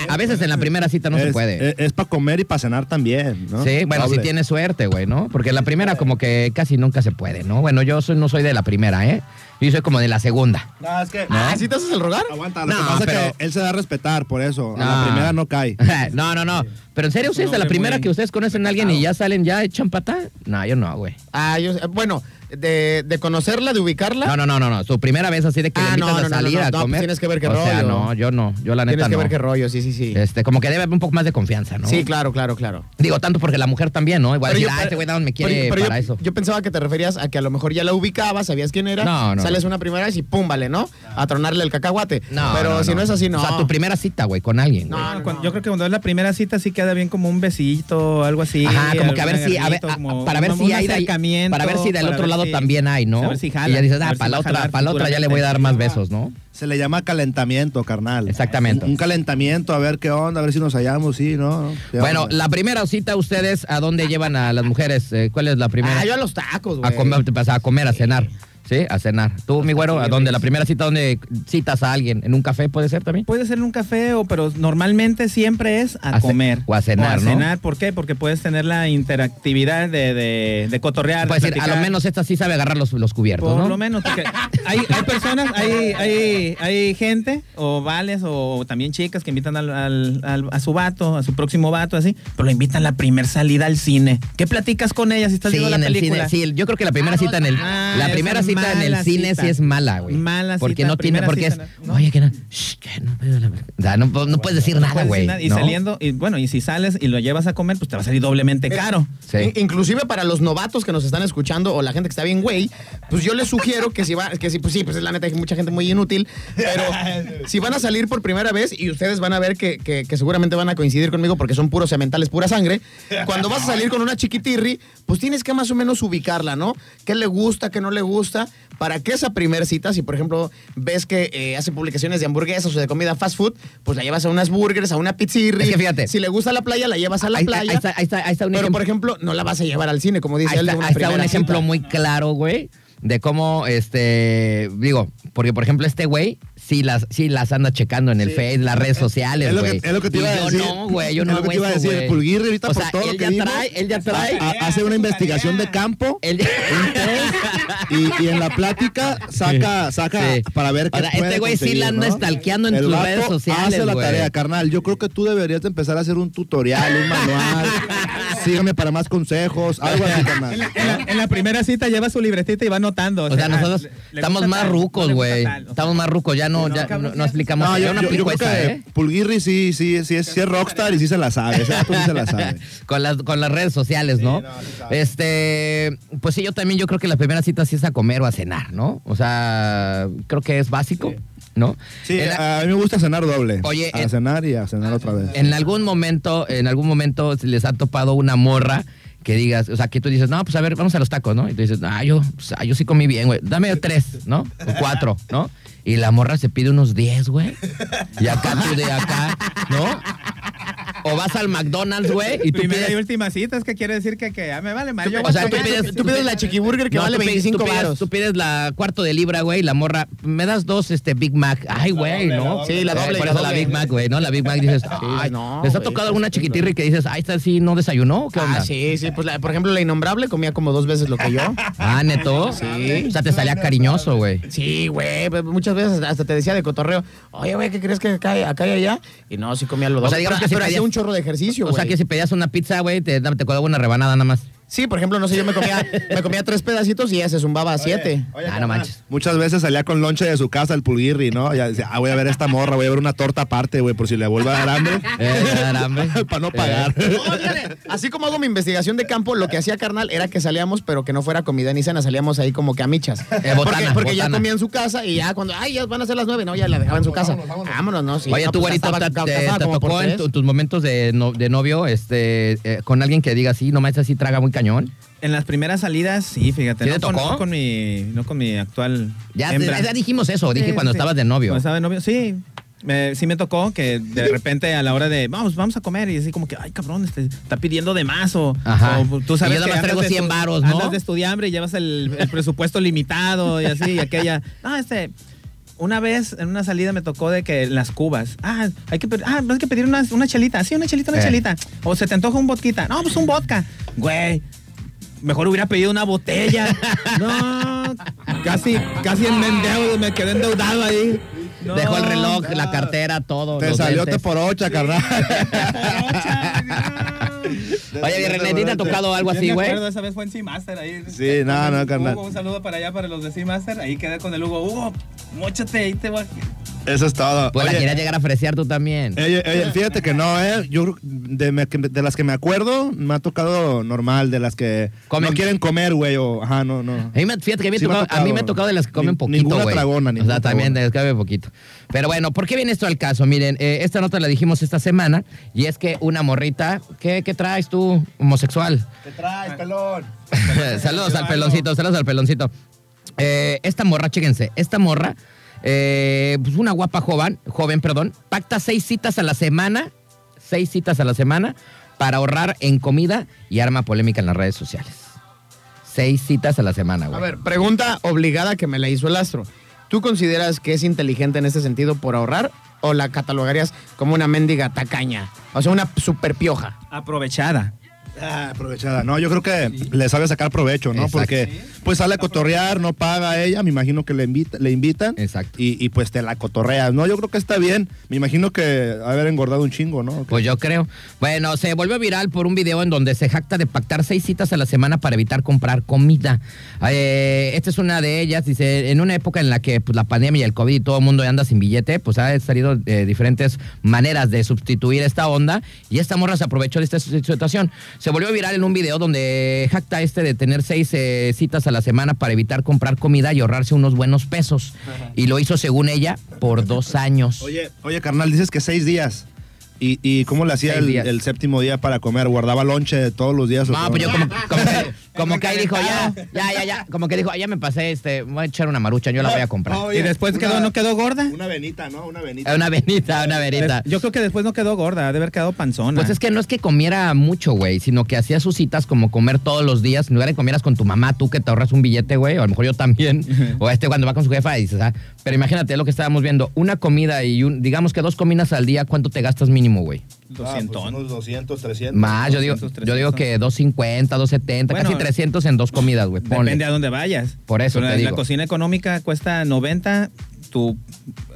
Speaker 1: A veces en la primera cita no
Speaker 3: es,
Speaker 1: se puede.
Speaker 3: Es, para comer y para cenar también, ¿no?
Speaker 1: Sí, bueno, si
Speaker 3: Doble.
Speaker 1: tienes suerte, güey, ¿no? Porque la primera como que casi nunca se puede, ¿no? Bueno, yo soy- no soy de la primera, ¿eh? Yo soy como de la segunda.
Speaker 3: No, es que.
Speaker 1: ¿no?
Speaker 2: ¿Ah, sí te haces el rogar?
Speaker 3: Aguanta, lo
Speaker 1: No,
Speaker 3: que pasa
Speaker 1: pero-
Speaker 3: es que él se da a respetar, por eso. A
Speaker 1: No.
Speaker 3: la primera no cae.
Speaker 1: no, no, no. Pero en serio, ustedes de la
Speaker 4: hombre
Speaker 1: primera
Speaker 4: muy
Speaker 1: que ustedes conocen a alguien y ya salen, ya echan pata. No, yo no, güey.
Speaker 2: Ah, yo, eh, bueno, de, de conocerla, de ubicarla.
Speaker 1: No, no, no, no, no. Su primera vez así de que le
Speaker 2: Ah,
Speaker 1: invitas
Speaker 2: no, no,
Speaker 1: a
Speaker 2: no, no,
Speaker 1: salir
Speaker 2: no,
Speaker 1: a
Speaker 2: no, pues
Speaker 1: comer.
Speaker 2: tienes que ver qué
Speaker 1: O sea,
Speaker 2: rollo.
Speaker 1: no, yo no. Yo la neta
Speaker 2: Tienes que
Speaker 1: no.
Speaker 2: ver qué rollo, sí, sí, sí.
Speaker 1: Este, como que debe haber un poco más de confianza, ¿no?
Speaker 2: Sí, claro, claro, claro.
Speaker 1: Digo, tanto porque la mujer también, ¿no? Igual
Speaker 2: Pero
Speaker 1: decir,
Speaker 2: yo-
Speaker 1: ah, este güey nada más me
Speaker 2: pero-
Speaker 1: quiere
Speaker 2: pero yo-
Speaker 1: para eso.
Speaker 2: Yo pensaba que te referías a que a lo mejor ya la ubicabas, sabías quién era.
Speaker 1: No, no,
Speaker 2: Sales
Speaker 1: no.
Speaker 2: una primera vez y pum, vale, ¿no? A tronarle el cacahuate.
Speaker 1: no,
Speaker 2: Pero si no. es así,
Speaker 1: O
Speaker 2: no.
Speaker 1: sea, tu primera cita, güey, con alguien.
Speaker 2: No,
Speaker 1: güey.
Speaker 4: Ah, cuando- Yo creo que cuando es la primera cita sí queda bien como un besito, algo así.
Speaker 1: Ajá, como que a
Speaker 4: algún
Speaker 1: ver si, a ver,
Speaker 4: agarrito,
Speaker 1: a-
Speaker 4: como
Speaker 1: para ver
Speaker 4: un-
Speaker 1: si
Speaker 4: un
Speaker 1: hay de ahí-
Speaker 4: acercamiento,
Speaker 1: para ver si del
Speaker 4: para
Speaker 1: otro
Speaker 4: ver
Speaker 1: lado
Speaker 4: si-
Speaker 1: también hay, ¿no?
Speaker 4: a ver si jala,
Speaker 1: y ya dices,
Speaker 4: a
Speaker 1: ah,
Speaker 4: ver si
Speaker 1: para la
Speaker 4: va a
Speaker 1: otra,
Speaker 4: jalar
Speaker 1: para la otra ya le voy a dar más besos, ¿no?
Speaker 3: Se le llama calentamiento, carnal.
Speaker 1: Exactamente.
Speaker 3: Un, un calentamiento, a ver qué onda, a ver si nos hallamos, sí, ¿no? ¿Qué
Speaker 1: Bueno,
Speaker 3: onda?
Speaker 1: la primera cita, ¿ustedes a dónde llevan a las mujeres? Eh, ¿Cuál es la primera?
Speaker 2: Ah, yo a los tacos, güey.
Speaker 1: a comer, o sea, a comer, a cenar. Sí, a cenar. Tú, mi güero, ¿a dónde? La primera cita, ¿dónde citas a alguien? ¿En un café puede ser también?
Speaker 4: Puede ser en un café, o, pero normalmente siempre es a,
Speaker 1: A ce-
Speaker 4: comer.
Speaker 1: o a cenar, ¿no?
Speaker 4: cenar, ¿por qué? Porque puedes tener la interactividad de, de, de cotorrear.
Speaker 1: Puedes
Speaker 4: de
Speaker 1: decir, a lo
Speaker 4: platicar.
Speaker 1: Pues, menos esta sí sabe agarrar los, los cubiertos,
Speaker 4: Por
Speaker 1: ¿no?
Speaker 4: lo menos, porque hay, hay personas, hay, hay, hay gente, o vales, o también chicas que invitan al, al- al- a su vato, a su próximo vato, así, pero lo invitan a la primer salida al cine. ¿Qué platicas con ella si estás
Speaker 1: Sí,
Speaker 4: viendo la
Speaker 1: en el
Speaker 4: película?
Speaker 1: cine, sí, yo creo que la primera cita en el
Speaker 4: Ah,
Speaker 1: la
Speaker 4: esa
Speaker 1: primera cita en el
Speaker 4: mala
Speaker 1: cine
Speaker 4: cita.
Speaker 1: sí es mala, güey.
Speaker 4: Mala
Speaker 1: Porque
Speaker 4: cita,
Speaker 1: no tiene
Speaker 4: primera
Speaker 1: porque es,
Speaker 4: cita, ¿no?
Speaker 1: oye, que no, shh, que no, puedo la- o sea, no, no puedes decir
Speaker 4: No
Speaker 1: nada,
Speaker 4: puedes
Speaker 1: güey.
Speaker 4: decir nada. Pues, Y
Speaker 1: ¿no?
Speaker 4: saliendo, y bueno, y si sales y lo llevas a comer, pues te va a salir doblemente caro.
Speaker 1: Sí.
Speaker 2: In- Inclusive para los novatos que nos están escuchando o la gente que está bien güey, pues yo les sugiero que si va, que si, pues sí, pues la neta hay mucha gente muy inútil, pero si van a salir por primera vez y ustedes van a ver que, que- que seguramente van a coincidir conmigo porque son puros sementales, pura sangre, cuando vas a salir con una chiquitirri, pues tienes que más o menos ubicarla, ¿no? ¿Qué le gusta, qué no le gusta? Para que esa primer cita, si por ejemplo ves que eh, hace publicaciones de hamburguesas o de comida fast food, pues la llevas a unas burgers, a una pizzirri.
Speaker 1: Es que fíjate.
Speaker 2: Si le gusta la playa, la llevas a la
Speaker 1: Ahí-
Speaker 2: playa.
Speaker 1: ahí está- ahí está- ahí está un
Speaker 2: Pero,
Speaker 1: ejemplo.
Speaker 2: por ejemplo, no la vas a llevar al cine, como dice
Speaker 1: Ahí
Speaker 2: él.
Speaker 1: está,
Speaker 2: de una
Speaker 1: ahí está un
Speaker 2: primera
Speaker 1: ejemplo
Speaker 2: cita.
Speaker 1: muy claro, güey, de cómo, este, digo, porque por ejemplo este güey sí las, sí las anda checando en el Face, las redes sociales,
Speaker 3: es lo que-
Speaker 1: güey.
Speaker 3: es lo que te
Speaker 1: Y
Speaker 3: iba a decir.
Speaker 1: Yo no, güey, yo no
Speaker 3: Es lo que te
Speaker 1: hago
Speaker 3: iba a
Speaker 1: eso,
Speaker 3: decir, el
Speaker 1: güey.
Speaker 3: Pulguirri ahorita
Speaker 1: O
Speaker 3: por
Speaker 1: sea,
Speaker 3: todo lo
Speaker 1: él
Speaker 3: que
Speaker 1: ya
Speaker 3: vimos.
Speaker 1: trae, él ya trae.
Speaker 3: A- hace una investigación de campo
Speaker 1: él ya-
Speaker 3: un test, y, y en la plática saca, saca
Speaker 1: Sí.
Speaker 3: para ver qué
Speaker 1: Ahora, este
Speaker 3: puede
Speaker 1: güey sí
Speaker 3: conseguir,
Speaker 1: la anda
Speaker 3: ¿no?
Speaker 1: stalkeando en
Speaker 3: El
Speaker 1: tus
Speaker 3: vato
Speaker 1: redes sociales,
Speaker 3: Hace la
Speaker 1: güey.
Speaker 3: tarea, carnal. Yo creo que tú deberías de empezar a hacer un tutorial, un manual. Sígueme para más consejos, algo así,
Speaker 4: En la,
Speaker 3: carnal.
Speaker 4: en la- en la primera cita lleva su libretita y va anotando.
Speaker 1: O sea,
Speaker 4: ah,
Speaker 1: nosotros
Speaker 4: le- le
Speaker 1: estamos
Speaker 4: gusta
Speaker 1: más
Speaker 4: tal, no
Speaker 1: rucos,
Speaker 4: le gusta
Speaker 1: güey.
Speaker 4: tal, o sea,
Speaker 1: estamos más rucos, ya no, ya no, no explicamos.
Speaker 3: No,
Speaker 1: Era
Speaker 3: yo,
Speaker 1: una
Speaker 3: yo- yo creo
Speaker 1: picueta,
Speaker 3: que
Speaker 1: ¿eh?
Speaker 3: Pulguirri sí, sí, sí, es, sí es rockstar y sí se la sabe. Ese vato sí se la sabe.
Speaker 1: con, las, con las redes sociales, ¿no?
Speaker 3: no, sí sabe.
Speaker 1: este, pues sí, yo también yo creo que la primera cita sí es a comer o a cenar, ¿no? O sea, creo que es básico, ¿no?
Speaker 3: Sí,
Speaker 1: En la-
Speaker 3: a mí me gusta cenar doble.
Speaker 1: Oye,
Speaker 3: a
Speaker 1: en-
Speaker 3: cenar y a cenar otra vez.
Speaker 1: en algún momento, en algún momento les ha topado una morra que digas, o sea, que tú dices, no, pues a ver, vamos a los tacos, ¿no? Y tú dices, ah, yo, pues, ah, yo sí comí bien, güey. Dame tres, ¿no? O cuatro, ¿no? Y la morra se pide unos diez, güey. Y acá tú de acá, ¿no? O vas al McDonald's, güey, y tú
Speaker 4: Primera y
Speaker 1: pides
Speaker 4: última cita, es que quiere decir que, que ya me vale mal. yo
Speaker 1: O
Speaker 4: voy
Speaker 1: sea, tú
Speaker 4: comiendo,
Speaker 1: pides-
Speaker 4: que-
Speaker 1: tú pides
Speaker 2: la chiquiburger que
Speaker 1: No,
Speaker 2: vale
Speaker 1: tú pides-
Speaker 2: 25
Speaker 1: tú pides-
Speaker 2: varos.
Speaker 1: Tú pides la cuarto de libra, güey, la morra. Me das dos este Big Mac. Ay, güey, ¿no?
Speaker 2: doble. Sí, la
Speaker 1: Eh,
Speaker 2: doble,
Speaker 1: Por
Speaker 2: la
Speaker 1: eso la
Speaker 2: doble.
Speaker 1: Big Mac, güey, ¿no? La Big Mac dices, ay,
Speaker 2: no,
Speaker 1: ¿Les ha
Speaker 2: güey,
Speaker 1: tocado alguna chiquitirri que dices, ay, esta sí no desayunó? o ¿Qué onda?
Speaker 2: Ah, sí, sí. Pues, la- por ejemplo, la innombrable comía como dos veces lo que yo.
Speaker 1: Ah, neto.
Speaker 2: Sí.
Speaker 1: O sea, te salía cariñoso, güey.
Speaker 2: Sí, güey. pues, Muchas veces hasta te decía de cotorreo. Oye, güey, ¿qué crees que acá, acá y allá? Y no, sí comía lo
Speaker 1: sea,
Speaker 2: doble.
Speaker 1: digamos
Speaker 2: pero
Speaker 1: que si
Speaker 2: pero hacía
Speaker 1: pedías-
Speaker 2: un chorro de ejercicio,
Speaker 1: O sea,
Speaker 2: güey.
Speaker 1: que si pedías una pizza, güey, te, te colgaba una rebanada nada más.
Speaker 2: Sí, por ejemplo, no sé, yo me comía, me comía tres pedacitos y ella se zumbaba a siete.
Speaker 1: Ah, no manches.
Speaker 3: Muchas veces salía con lonche de su casa el Pulguirri, ¿no? Ya decía, ah, voy a ver esta morra, voy a ver una torta aparte, güey, por si le vuelve a dar hambre.
Speaker 1: Eh, dar hambre.
Speaker 3: Para no pagar.
Speaker 2: No, fíjate, Así como hago mi investigación de campo, lo que hacía carnal era que salíamos, pero que no fuera comida ni cena, salíamos ahí como que a michas.
Speaker 1: Eh, botana,
Speaker 2: porque porque ya
Speaker 1: botana.
Speaker 2: comía en su casa y ya cuando, ay, ya van a ser las nueve, no, ya la dejaba en su casa. Vámonos, no, sí.
Speaker 1: Oye,
Speaker 2: no,
Speaker 1: tú,
Speaker 2: pues,
Speaker 1: güerito,
Speaker 2: gastaba-
Speaker 1: te, te-
Speaker 2: gastaba
Speaker 1: te
Speaker 2: como por
Speaker 1: tocó en
Speaker 2: tres.
Speaker 1: tu- tus momentos de, no- de novio este, eh, con alguien que diga, sí, nomás así traga muy cañón.
Speaker 4: En las primeras salidas, sí, fíjate.
Speaker 1: ¿Sí
Speaker 4: no
Speaker 1: te
Speaker 4: con-
Speaker 1: tocó?
Speaker 4: no con mi, no con mi actual
Speaker 1: Ya,
Speaker 4: hembra.
Speaker 1: ya dijimos eso, dije
Speaker 4: Sí,
Speaker 1: cuando
Speaker 4: sí.
Speaker 1: estabas de novio.
Speaker 4: Cuando estaba de novio, sí. Me- sí me tocó que de repente a la hora de vamos, vamos a comer y así como que, ay cabrón, este, está pidiendo de más o,
Speaker 1: Ajá.
Speaker 4: o pues, tú
Speaker 1: Y
Speaker 4: sabes
Speaker 1: yo nada
Speaker 4: que
Speaker 1: más traigo
Speaker 4: andas de
Speaker 1: 100
Speaker 4: estu-
Speaker 1: varos, ¿no?
Speaker 4: Andas de estudiambre y llevas el, el presupuesto limitado y así y aquella, ah, este una vez en una salida me tocó de que las cubas, ah, hay que, pe- ah, hay que pedir unas- una chelita, sí, una chelita, una
Speaker 1: Eh.
Speaker 4: chelita. O se te antoja un vodquita, no, pues un vodka. Güey, Mejor hubiera pedido una botella. No, casi, casi me endeudo, me quedé endeudado ahí. No,
Speaker 1: Dejó el reloj, la cartera, todo.
Speaker 3: Te
Speaker 1: los
Speaker 3: salió te
Speaker 1: lentes.
Speaker 3: por ocha, carnal.
Speaker 1: Oye, mi René, ¿a ti ¿te ha tocado algo así,
Speaker 4: Yo me
Speaker 1: güey?
Speaker 4: acuerdo, esa vez fue en C-Master ahí.
Speaker 3: Sí, no,
Speaker 4: Con
Speaker 3: no,
Speaker 4: el
Speaker 3: carnal.
Speaker 4: Hugo, un saludo para allá, para los de C-Master. Ahí quedé con el Hugo. Hugo, mochate, ahí te voy a...
Speaker 3: Eso es todo.
Speaker 1: Pues la
Speaker 3: Oye,
Speaker 1: quería llegar a fresear tú también.
Speaker 3: Ey, ey, fíjate que no, ¿eh? Yo creo que de, me- que- de las que me acuerdo, me ha tocado normal, de las que
Speaker 1: Comen.
Speaker 3: no quieren comer, güey, o... Ajá, no, no.
Speaker 1: A mí me, fíjate que a mí,
Speaker 3: Sí me ha
Speaker 1: tocado- a mí
Speaker 3: tocado.
Speaker 1: me ha tocado de las que comen
Speaker 3: Ni-
Speaker 1: poquito,
Speaker 3: ninguna
Speaker 1: güey.
Speaker 3: tragona,
Speaker 1: O sea,
Speaker 3: ninguna
Speaker 1: también de
Speaker 3: tragona.
Speaker 1: las que comen poquito. Pero bueno, ¿por qué viene esto al caso? Miren, eh, esta nota la dijimos esta semana y es que una morrita, ¿qué, qué traes tú, homosexual?
Speaker 3: ¿Qué traes, pelón?
Speaker 1: saludos al peloncito, saludos al peloncito. Eh, esta morra, chéquense, esta morra, eh, pues una guapa joven, joven, perdón, pacta seis citas a la semana, seis citas a la semana, para ahorrar en comida y arma polémica en las redes sociales. Seis citas a la semana, güey.
Speaker 2: A ver, pregunta obligada que me la hizo el astro. ¿Tú consideras que es inteligente en este sentido por ahorrar o la catalogarías como una mendiga tacaña? O sea, una super pioja.
Speaker 4: Aprovechada.
Speaker 3: Ah, aprovechada. No, yo creo que le sabe sacar provecho, ¿no?
Speaker 1: Exacto.
Speaker 3: Porque pues sale a cotorrear, no paga a ella, me imagino que le, invita, le invitan.
Speaker 1: Exacto.
Speaker 3: Y, y, pues te la cotorreas, ¿no? Yo creo que está bien. Me imagino que haber engordado un chingo, ¿no?
Speaker 1: Pues yo creo. Bueno, se volvió viral por un video en donde se jacta de pactar seis citas a la semana para evitar comprar comida. Eh, esta es una de ellas. Dice, en una época en la que pues, la pandemia y el COVID y todo el mundo anda sin billete, pues ha salido eh, diferentes maneras de sustituir esta onda. Y esta morra se aprovechó de esta su- situación. Se volvió viral en un video donde jacta este de tener seis eh, citas a la semana para evitar comprar comida y ahorrarse unos buenos pesos. Y lo hizo, según ella, por dos años.
Speaker 3: Oye, oye, carnal, dices que seis días. ¿Y, y cómo le hacía
Speaker 1: Seis
Speaker 3: el,
Speaker 1: días.
Speaker 3: el séptimo día para comer? ¿Guardaba lonche todos los días? o
Speaker 1: No,
Speaker 3: cómo?
Speaker 1: pues yo como, como que, como que ahí dijo, ya, ya, ya, ya, como que dijo, ya me pasé, este, voy a echar una marucha, yo la voy a comprar. Eh,
Speaker 3: No,
Speaker 4: ¿Y después quedó, no quedó gorda?
Speaker 3: Una venita, ¿no? Una venita. Ah,
Speaker 1: Una venita, una venita.
Speaker 4: pues, Yo creo que después no quedó gorda, ha de haber quedado panzona.
Speaker 1: Pues es que no es que comiera mucho, güey, sino que hacía sus citas como comer todos los días. En lugar de comieras con tu mamá, tú que te ahorras un billete, güey, o a lo mejor yo también, o este cuando va con su jefa y dices, ah, pero imagínate lo que estábamos viendo, una comida y un, digamos que dos comidas al día, ¿cuánto te gastas mínimo, güey?
Speaker 4: 200.
Speaker 3: Ah, pues unos 200, 300.
Speaker 1: Más, yo digo,
Speaker 4: 200,
Speaker 1: yo digo que 250, 270,
Speaker 4: Bueno,
Speaker 1: casi 300 en dos comidas, güey. ponle.
Speaker 4: Depende a dónde vayas.
Speaker 1: Por eso
Speaker 4: Pero
Speaker 1: te
Speaker 4: la, la
Speaker 1: digo.
Speaker 4: cocina económica cuesta 90 tu,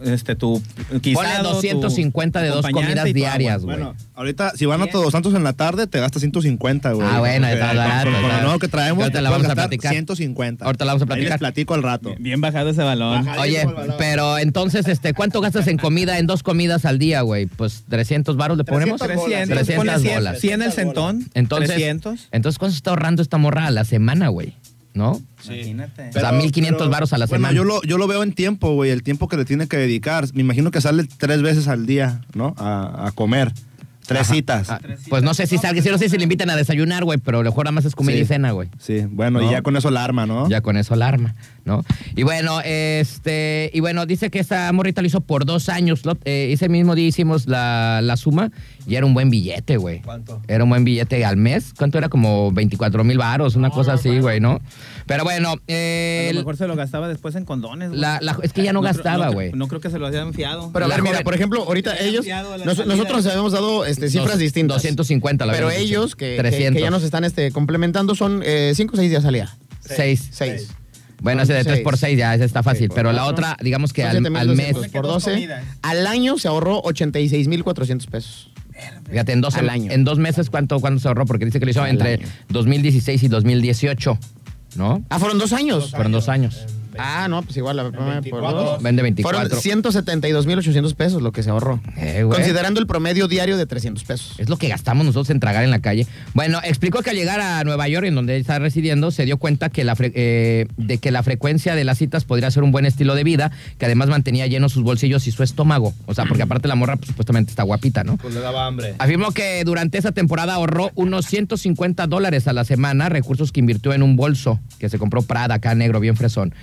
Speaker 4: este, tu
Speaker 1: Ponle
Speaker 4: guisado, tu
Speaker 1: 250 de dos
Speaker 4: acompañante
Speaker 1: comidas
Speaker 4: y tu agua.
Speaker 1: diarias, güey.
Speaker 3: Bueno, ahorita, si van a Todos Santos en la tarde, te gastas 150, güey.
Speaker 1: Ah, bueno, está
Speaker 3: Con-
Speaker 1: barato,
Speaker 3: Con, con
Speaker 1: está.
Speaker 3: lo nuevo que traemos,
Speaker 1: Ahorita
Speaker 3: te
Speaker 1: la
Speaker 3: puedes
Speaker 1: vamos a
Speaker 3: gastar
Speaker 1: platicar.
Speaker 3: 150.
Speaker 1: Ahorita la vamos a
Speaker 3: Ahí
Speaker 1: platicar.
Speaker 3: les platico al rato.
Speaker 4: Bien- Bien bajado ese balón.
Speaker 3: Baja.
Speaker 1: Oye, pero entonces, este, ¿cuánto gastas en comida, en dos comidas al día, güey? Pues 300 baros le ponemos.
Speaker 3: 300
Speaker 4: 300,
Speaker 1: bolas.
Speaker 4: 300
Speaker 1: 300
Speaker 4: 100,
Speaker 1: bolas.
Speaker 4: 100 el centón,
Speaker 1: Entonces, eh,
Speaker 4: 300.
Speaker 1: entonces, ¿cuánto se está ahorrando esta morra a la semana, güey? ¿No?
Speaker 4: Imagínate.
Speaker 1: O sea, 1500
Speaker 3: pero-
Speaker 1: varos a la
Speaker 3: bueno,
Speaker 1: semana.
Speaker 3: Yo lo, yo lo veo en tiempo, güey, el tiempo que le tiene que dedicar. Me imagino que sale tres veces al día, ¿no? A, a comer. Tres
Speaker 1: Ajá.
Speaker 3: citas.
Speaker 1: Ah, pues no sé si salga, sí, no sé si le invitan a desayunar, güey, pero a lo mejor nada más es comida
Speaker 3: Sí.
Speaker 1: y cena, güey.
Speaker 3: Sí, bueno,
Speaker 1: No.
Speaker 3: y ya con eso la arma, ¿no?
Speaker 1: Ya con eso alarma, ¿no? Y bueno, este, y bueno, dice que esta morrita lo hizo por dos años. lo- eh, ese mismo día hicimos la, la suma y era un buen billete, güey.
Speaker 5: ¿Cuánto?
Speaker 1: Era un buen billete al mes. ¿Cuánto era? Como 24 mil varos, una cosa así, güey, ¿no? Pero bueno, eh,
Speaker 4: a lo mejor se lo gastaba después en condones. güey.
Speaker 1: La- la- es que ya no
Speaker 4: creo-
Speaker 1: gastaba,
Speaker 4: creo-
Speaker 1: güey.
Speaker 4: No, creo que se lo hayan fiado.
Speaker 2: Pero a
Speaker 1: La
Speaker 2: ver, mira,
Speaker 1: joven-
Speaker 2: por ejemplo, ahorita ellos,
Speaker 4: Fiado a la
Speaker 2: nos-
Speaker 4: salida.
Speaker 2: nosotros habíamos dado este, cifras
Speaker 1: dos-
Speaker 2: distintas.
Speaker 1: 250, la
Speaker 2: Pero
Speaker 1: habíamos dicho.
Speaker 2: ellos que, que- que
Speaker 1: 300.
Speaker 2: ya nos están este, complementando son 5 o 6 días al día.
Speaker 1: Seis.
Speaker 2: Seis.
Speaker 1: Bueno, ese de 3 por
Speaker 2: Seis.
Speaker 1: 6 ya ese está fácil,
Speaker 2: por
Speaker 1: pero la
Speaker 2: cuatro.
Speaker 1: otra, digamos que
Speaker 2: Son
Speaker 1: al, al
Speaker 2: 7,200
Speaker 1: mes,
Speaker 2: por ¿eh?
Speaker 4: Dos
Speaker 2: 12.
Speaker 4: comidas.
Speaker 2: Al año se ahorró 86.400 pesos.
Speaker 1: fíjate, en dos,
Speaker 2: Al año.
Speaker 1: En dos meses, ¿cuánto, ¿cuánto se ahorró? Porque dice que lo hizo
Speaker 2: Al
Speaker 1: entre
Speaker 2: año.
Speaker 1: 2016 y 2018, ¿no?
Speaker 2: Ah, fueron dos años.
Speaker 1: Fueron dos años.
Speaker 2: Ah, no, pues igual. La, por dos.
Speaker 1: Vende
Speaker 2: Fueron
Speaker 1: 24.
Speaker 2: 172.800 pesos lo que se ahorró.
Speaker 1: Eh, güey.
Speaker 2: Considerando el promedio diario de 300 pesos.
Speaker 1: Es lo que gastamos nosotros en tragar en la calle. Bueno, explicó que al llegar a Nueva York, en donde está residiendo, se dio cuenta que la fre- eh, de que la frecuencia de las citas podría ser un buen estilo de vida, que además mantenía llenos sus bolsillos y su estómago. O sea, porque aparte la morra pues, supuestamente está guapita, ¿no?
Speaker 5: Pues le daba hambre.
Speaker 1: Afirmó que durante esa temporada ahorró unos 150 dólares a la semana, recursos que invirtió en un bolso que se compró Prada, acá negro, bien fresón.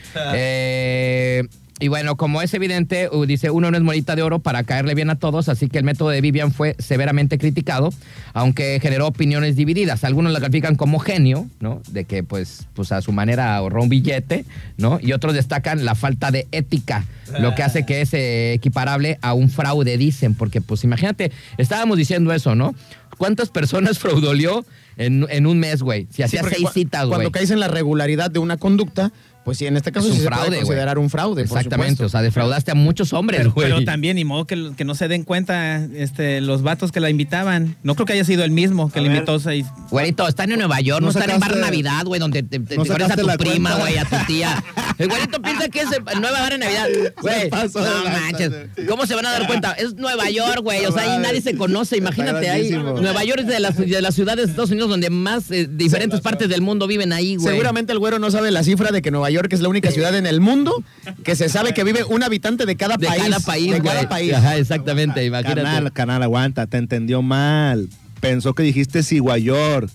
Speaker 1: Eh, y bueno, como es evidente, u- dice, uno no es monita de oro para caerle bien a todos, así que el método de Vivian fue severamente criticado, aunque generó opiniones divididas. Algunos la califican como genio, ¿no? De que pues, pues a su manera ahorró un billete, ¿no? Y otros destacan la falta de ética, lo que hace que es eh, equiparable a un fraude, dicen, porque pues imagínate, estábamos diciendo eso, ¿no? ¿Cuántas personas fraudoleó en, en un mes, güey? Si
Speaker 2: Sí,
Speaker 1: hacía
Speaker 2: porque
Speaker 1: seis
Speaker 2: cua-
Speaker 1: citas, güey.
Speaker 2: Cuando caes en la regularidad de una conducta, pues sí, en este caso
Speaker 1: Es un
Speaker 2: sí se
Speaker 1: fraude,
Speaker 2: puede
Speaker 1: güey.
Speaker 2: considerar un fraude. por
Speaker 1: Exactamente,
Speaker 2: supuesto.
Speaker 1: o sea, defraudaste a muchos hombres,
Speaker 4: Pero,
Speaker 1: güey.
Speaker 4: pero también, y modo que, que no se den cuenta este, los vatos que la invitaban. No creo que haya sido el mismo que
Speaker 5: A
Speaker 4: le
Speaker 5: ver.
Speaker 4: invitó seis.
Speaker 1: Güerito, están en Nueva York, no,
Speaker 3: No
Speaker 1: están en Bar
Speaker 3: sacaste-
Speaker 1: Navidad, güey, donde te, te-
Speaker 3: no
Speaker 1: te pones a
Speaker 3: sacaste
Speaker 1: tu
Speaker 3: la
Speaker 1: prima,
Speaker 3: cuenta.
Speaker 1: güey, a tu tía. El güerito piensa que es el- Nueva Bar de Navidad. Güey,
Speaker 3: Se pasó de
Speaker 1: no
Speaker 3: lanza,
Speaker 1: manches. ¿Cómo se van a dar cuenta? Es Nueva York, güey. O sea, ahí
Speaker 3: Mames.
Speaker 1: nadie se conoce.
Speaker 3: Está
Speaker 1: Imagínate ahí.
Speaker 3: grandísimo.
Speaker 1: Nueva York es de las, de las ciudades de Estados Unidos donde más eh, diferentes partes del mundo viven ahí, güey.
Speaker 2: Seguramente el güero no sabe la cifra de que Nueva York es la única ciudad en el mundo que se sabe que vive un habitante de cada
Speaker 1: De
Speaker 2: país.
Speaker 1: cada país,
Speaker 2: de
Speaker 1: güey.
Speaker 2: cada país.
Speaker 1: Ajá, exactamente, imagínate.
Speaker 3: Canal, canal, aguanta, te entendió mal. Pensó que dijiste Ciguayor.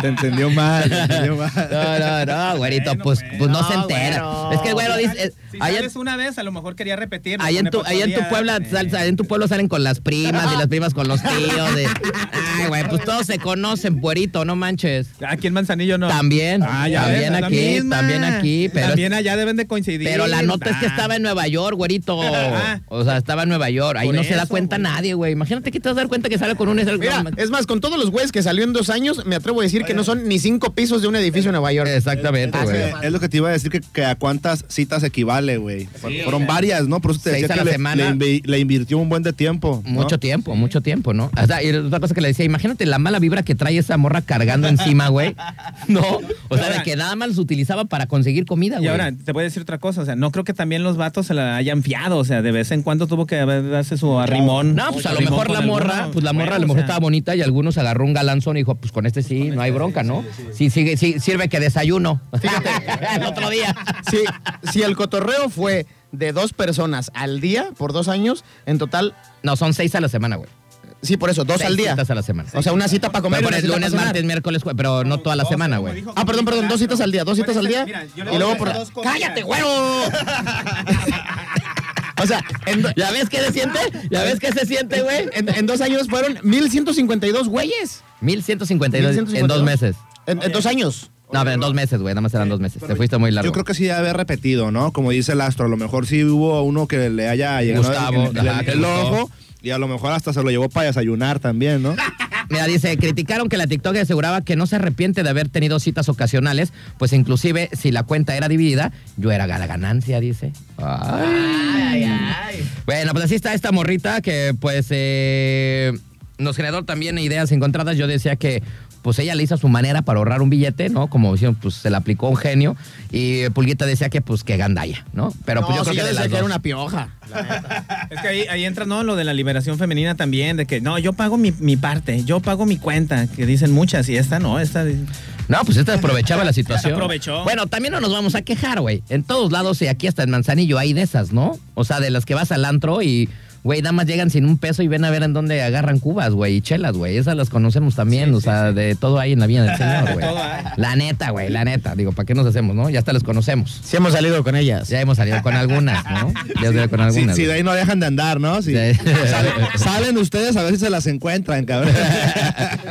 Speaker 3: te entendió mal, te entendió mal.
Speaker 1: No, no, no, güerito,
Speaker 4: Bueno,
Speaker 1: pues,
Speaker 4: pues.
Speaker 1: pues no,
Speaker 2: No,
Speaker 1: se entera.
Speaker 2: güero.
Speaker 1: Es que el güero dice, eh,
Speaker 4: Si
Speaker 1: allá-
Speaker 4: sales una vez, a lo mejor quería repetir.
Speaker 1: Ahí en tu, ahí en tu puebla,
Speaker 4: eh.
Speaker 1: sal- ahí en tu pueblo salen con las primas y las primas con los tíos. de- Ay, güey, pues todos se conocen, puerito, no manches.
Speaker 4: Aquí en Manzanillo no.
Speaker 1: También,
Speaker 4: Ah, ya
Speaker 1: también
Speaker 4: ves, es la
Speaker 1: aquí,
Speaker 4: misma.
Speaker 1: también aquí, pero,
Speaker 4: También allá deben de coincidir.
Speaker 1: pero la nota es que
Speaker 4: Ah.
Speaker 1: estaba en Nueva York, güerito.
Speaker 4: Ah.
Speaker 1: O sea, estaba en Nueva York. Ahí
Speaker 4: Por
Speaker 1: no se da
Speaker 4: eso,
Speaker 1: cuenta
Speaker 4: güey.
Speaker 1: nadie, güey. Imagínate que te vas a dar cuenta que sale con un...
Speaker 2: Mira, es más, con todos los güeyes que salió en dos años, me atrevo a decir que no son ni cinco pisos de un edificio en Nueva York.
Speaker 1: Exactamente,
Speaker 3: Es,
Speaker 1: güey.
Speaker 3: que Ah, es lo que te iba a decir que, que a cuántas citas equivale, güey. Fueron varias, ¿no? Por eso te
Speaker 1: Seis
Speaker 3: decía
Speaker 1: a la
Speaker 3: que le,
Speaker 1: semana.
Speaker 3: le invi- le invirtió un buen de tiempo. ¿no?
Speaker 1: Mucho tiempo, mucho tiempo, ¿no? O sea, y otra cosa que le decía, imagínate la mala vibra que trae esa morra cargando encima, güey. No, o sea, de
Speaker 4: Ahora-
Speaker 1: que nada más los utilizaba para conseguir comida,
Speaker 4: Y
Speaker 1: güey.
Speaker 4: ahora, te voy a decir otra cosa, o sea, no creo que también los vatos se la hayan fiado, o sea, de vez en cuando tuvo que haber- darse su arrimón.
Speaker 1: No, pues a lo
Speaker 4: Arrimón
Speaker 1: mejor
Speaker 4: con
Speaker 1: la
Speaker 4: alguno.
Speaker 1: morra, pues la
Speaker 4: Bueno,
Speaker 1: morra a lo
Speaker 4: o
Speaker 1: mejor
Speaker 4: sea,
Speaker 1: estaba bonita y algunos agarró un galanzón y dijo, pues con este sí, no hay bronca, ¿no? Sí, sigue, sí, sirve que desayuno. Fíjate, el otro día.
Speaker 2: Si, si el cotorreo fue de dos personas al día por dos años, en total,
Speaker 1: No, son seis a la semana, güey.
Speaker 2: sí, por eso, dos
Speaker 1: Seis
Speaker 2: al día.
Speaker 1: citas a la semana.
Speaker 2: O sea, una cita para comer.
Speaker 1: Pero por
Speaker 2: y una
Speaker 1: el
Speaker 2: cita pa'
Speaker 1: lunes,
Speaker 2: cenar.
Speaker 1: martes, miércoles, jue- pero no toda la
Speaker 4: como-
Speaker 1: semana,
Speaker 4: como
Speaker 1: güey.
Speaker 4: dijo
Speaker 2: Ah, perdón, perdón, dos citas al día, dos citas al día.
Speaker 4: Mira, yo le
Speaker 2: Y luego
Speaker 4: voy a
Speaker 2: por
Speaker 4: hacer
Speaker 2: la...
Speaker 4: dos comidas.
Speaker 2: ¡Cállate, güero! O sea, en, do-
Speaker 1: ¿Ya ves qué se siente? ¿Ya ves qué se siente, güey?
Speaker 2: en- en dos años fueron 1152 güeyes.
Speaker 1: 1152 en dos
Speaker 2: 1152.
Speaker 1: meses.
Speaker 2: En, en dos años.
Speaker 1: No, pero en dos meses, güey, nada más eran dos meses. Te fuiste muy largo.
Speaker 3: Yo creo que sí debe haber repetido, ¿no? Como dice el astro, a lo mejor sí hubo uno que le haya llegado
Speaker 1: Gustavo,
Speaker 3: en- en- en-
Speaker 1: ajá,
Speaker 3: en
Speaker 1: que
Speaker 3: el
Speaker 1: gustó.
Speaker 3: ojo y a lo mejor hasta se lo llevó para desayunar también, ¿no?
Speaker 1: Mira, dice, criticaron que la TikTok aseguraba que no se arrepiente de haber tenido citas ocasionales, pues inclusive si la cuenta era dividida, yo era la ganancia, dice. Ay. Bueno, pues así está esta morrita que pues eh, nos generó también ideas encontradas. Yo decía que pues ella le hizo a su manera para ahorrar un billete, ¿no? Como dicen, pues se la aplicó un genio. Y Pulguita decía que pues que gandalla, ¿no? Pero pues yo creo que de las
Speaker 2: era
Speaker 1: dos.
Speaker 2: una pioja.
Speaker 4: Es que ahí, ahí entra, ¿no? Lo de la liberación femenina también, de que no, yo pago mi, mi parte, yo pago mi cuenta, que dicen muchas, y esta no, esta. dice-
Speaker 1: No, pues esta aprovechaba la situación.
Speaker 4: Aprovechó.
Speaker 1: Bueno, también no nos vamos a quejar, güey. En todos lados, y aquí hasta en Manzanillo hay de esas, ¿no? O sea, de las que vas al antro y, güey, nada más llegan sin un peso y ven a ver en dónde agarran cubas, güey, y chelas, güey. Esas las conocemos también, o sea, de todo ahí en la vida del señor, güey.
Speaker 4: Todo hay.
Speaker 1: La neta, güey, la neta. Digo, ¿para qué nos hacemos, no? Ya hasta las conocemos.
Speaker 2: Sí hemos salido con ellas.
Speaker 1: Ya hemos salido con algunas, ¿no? Ya hemos salido con
Speaker 3: Si,
Speaker 1: algunas.
Speaker 3: si de
Speaker 1: güey.
Speaker 3: ahí no dejan de andar, ¿no? Si-
Speaker 1: Sí.
Speaker 3: salen, salen ustedes a ver si se las encuentran, cabrón.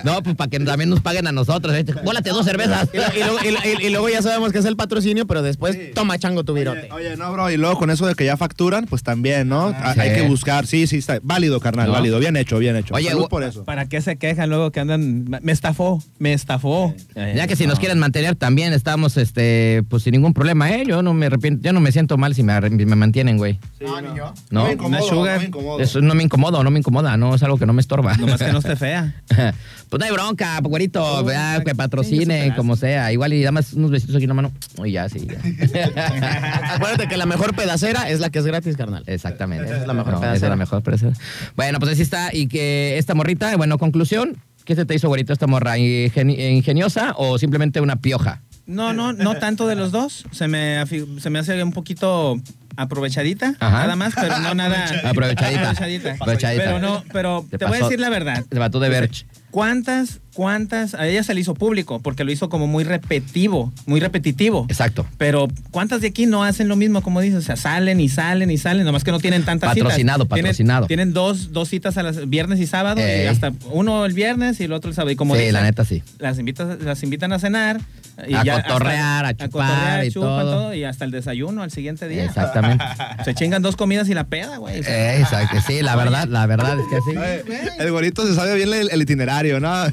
Speaker 1: No, pues para que también nos paguen a nosotros. ¿eh? Bólate dos cervezas.
Speaker 2: Y, lo- y luego- y lo- y- y luego ya sabemos que es el patrocinio, pero después toma chango tu virote.
Speaker 3: Oye, oye, no, bro, y luego con eso de que ya facturan, pues también, ¿no? Ha-
Speaker 1: Ah, Sí.
Speaker 3: Hay que buscar, sí, sí, está válido, carnal,
Speaker 1: ¿No?
Speaker 3: válido, bien hecho, bien hecho.
Speaker 1: Oye,
Speaker 3: Salud
Speaker 1: gu-
Speaker 3: por eso.
Speaker 4: ¿Para qué se quejan luego que andan? Me estafó, me estafó.
Speaker 1: Ya que si nos
Speaker 4: quieren
Speaker 1: quieren mantener también estamos este pues sin ningún problema, eh. Yo no me arrepiento, yo no me siento mal si me, arre- me mantienen, güey.
Speaker 3: no, ni yo.
Speaker 1: No,
Speaker 3: me incomodo,
Speaker 4: una sugar.
Speaker 3: no me incomodo.
Speaker 1: Eso no me incomodo, no me incomoda, no es algo que no me estorba.
Speaker 4: Nomás que no esté fea.
Speaker 1: pues no hay bronca, güerito, ¿verdad? que patrocinen, como sea. Igual y dame unos besitos aquí en la mano. Uy, ya, sí. ya.
Speaker 2: Acuérdate que la mejor pedacera es la que es gratis, carnal.
Speaker 1: Exactamente.
Speaker 2: Esa es la mejor
Speaker 1: No, esa
Speaker 2: pedacera.
Speaker 1: es la mejor pedacera. Bueno, pues así está. Y que esta morrita, bueno, conclusión. ¿Qué se te hizo, güerito, esta morra? ¿Ingeni- ¿Ingeniosa o simplemente una pioja?
Speaker 4: No, no, no tanto de los dos. Se me, afi- se me hace un poquito aprovechadita,
Speaker 1: Ajá.
Speaker 4: nada más, pero no nada.
Speaker 1: Aprovechadita.
Speaker 4: Aprovechadita.
Speaker 1: Aprovechadita.
Speaker 4: Pero no, pero
Speaker 1: Te
Speaker 4: te voy a
Speaker 1: pasó-
Speaker 4: decir la verdad.
Speaker 1: Te mató de Verge.
Speaker 4: ¿Cuántas, cuántas? A ella se le hizo público porque lo hizo como muy repetivo, muy repetitivo.
Speaker 1: Exacto.
Speaker 4: Pero ¿cuántas de aquí no hacen lo mismo, como dices? O sea, salen y salen y salen, nomás que no tienen tantas
Speaker 1: Patrocinado,
Speaker 4: citas. Tienen-
Speaker 1: patrocinado.
Speaker 4: Tienen, dos, dos citas a las viernes y sábado,
Speaker 1: Ey.
Speaker 4: y hasta uno el viernes y el otro el sábado. Y como
Speaker 1: sí,
Speaker 4: dicen,
Speaker 1: la neta sí.
Speaker 4: las, invitas, las invitan a cenar.
Speaker 1: A
Speaker 4: hasta-
Speaker 1: cotorrear, a chupar y
Speaker 4: chupan,
Speaker 1: todo.
Speaker 4: Y hasta el desayuno al siguiente día.
Speaker 1: Exactamente.
Speaker 4: Se chingan dos comidas y la peda, güey.
Speaker 1: Eh, Exacto, sí, la verdad, la verdad es que sí.
Speaker 3: Oye, el gorito se sabe bien el, el itinerario, ¿no?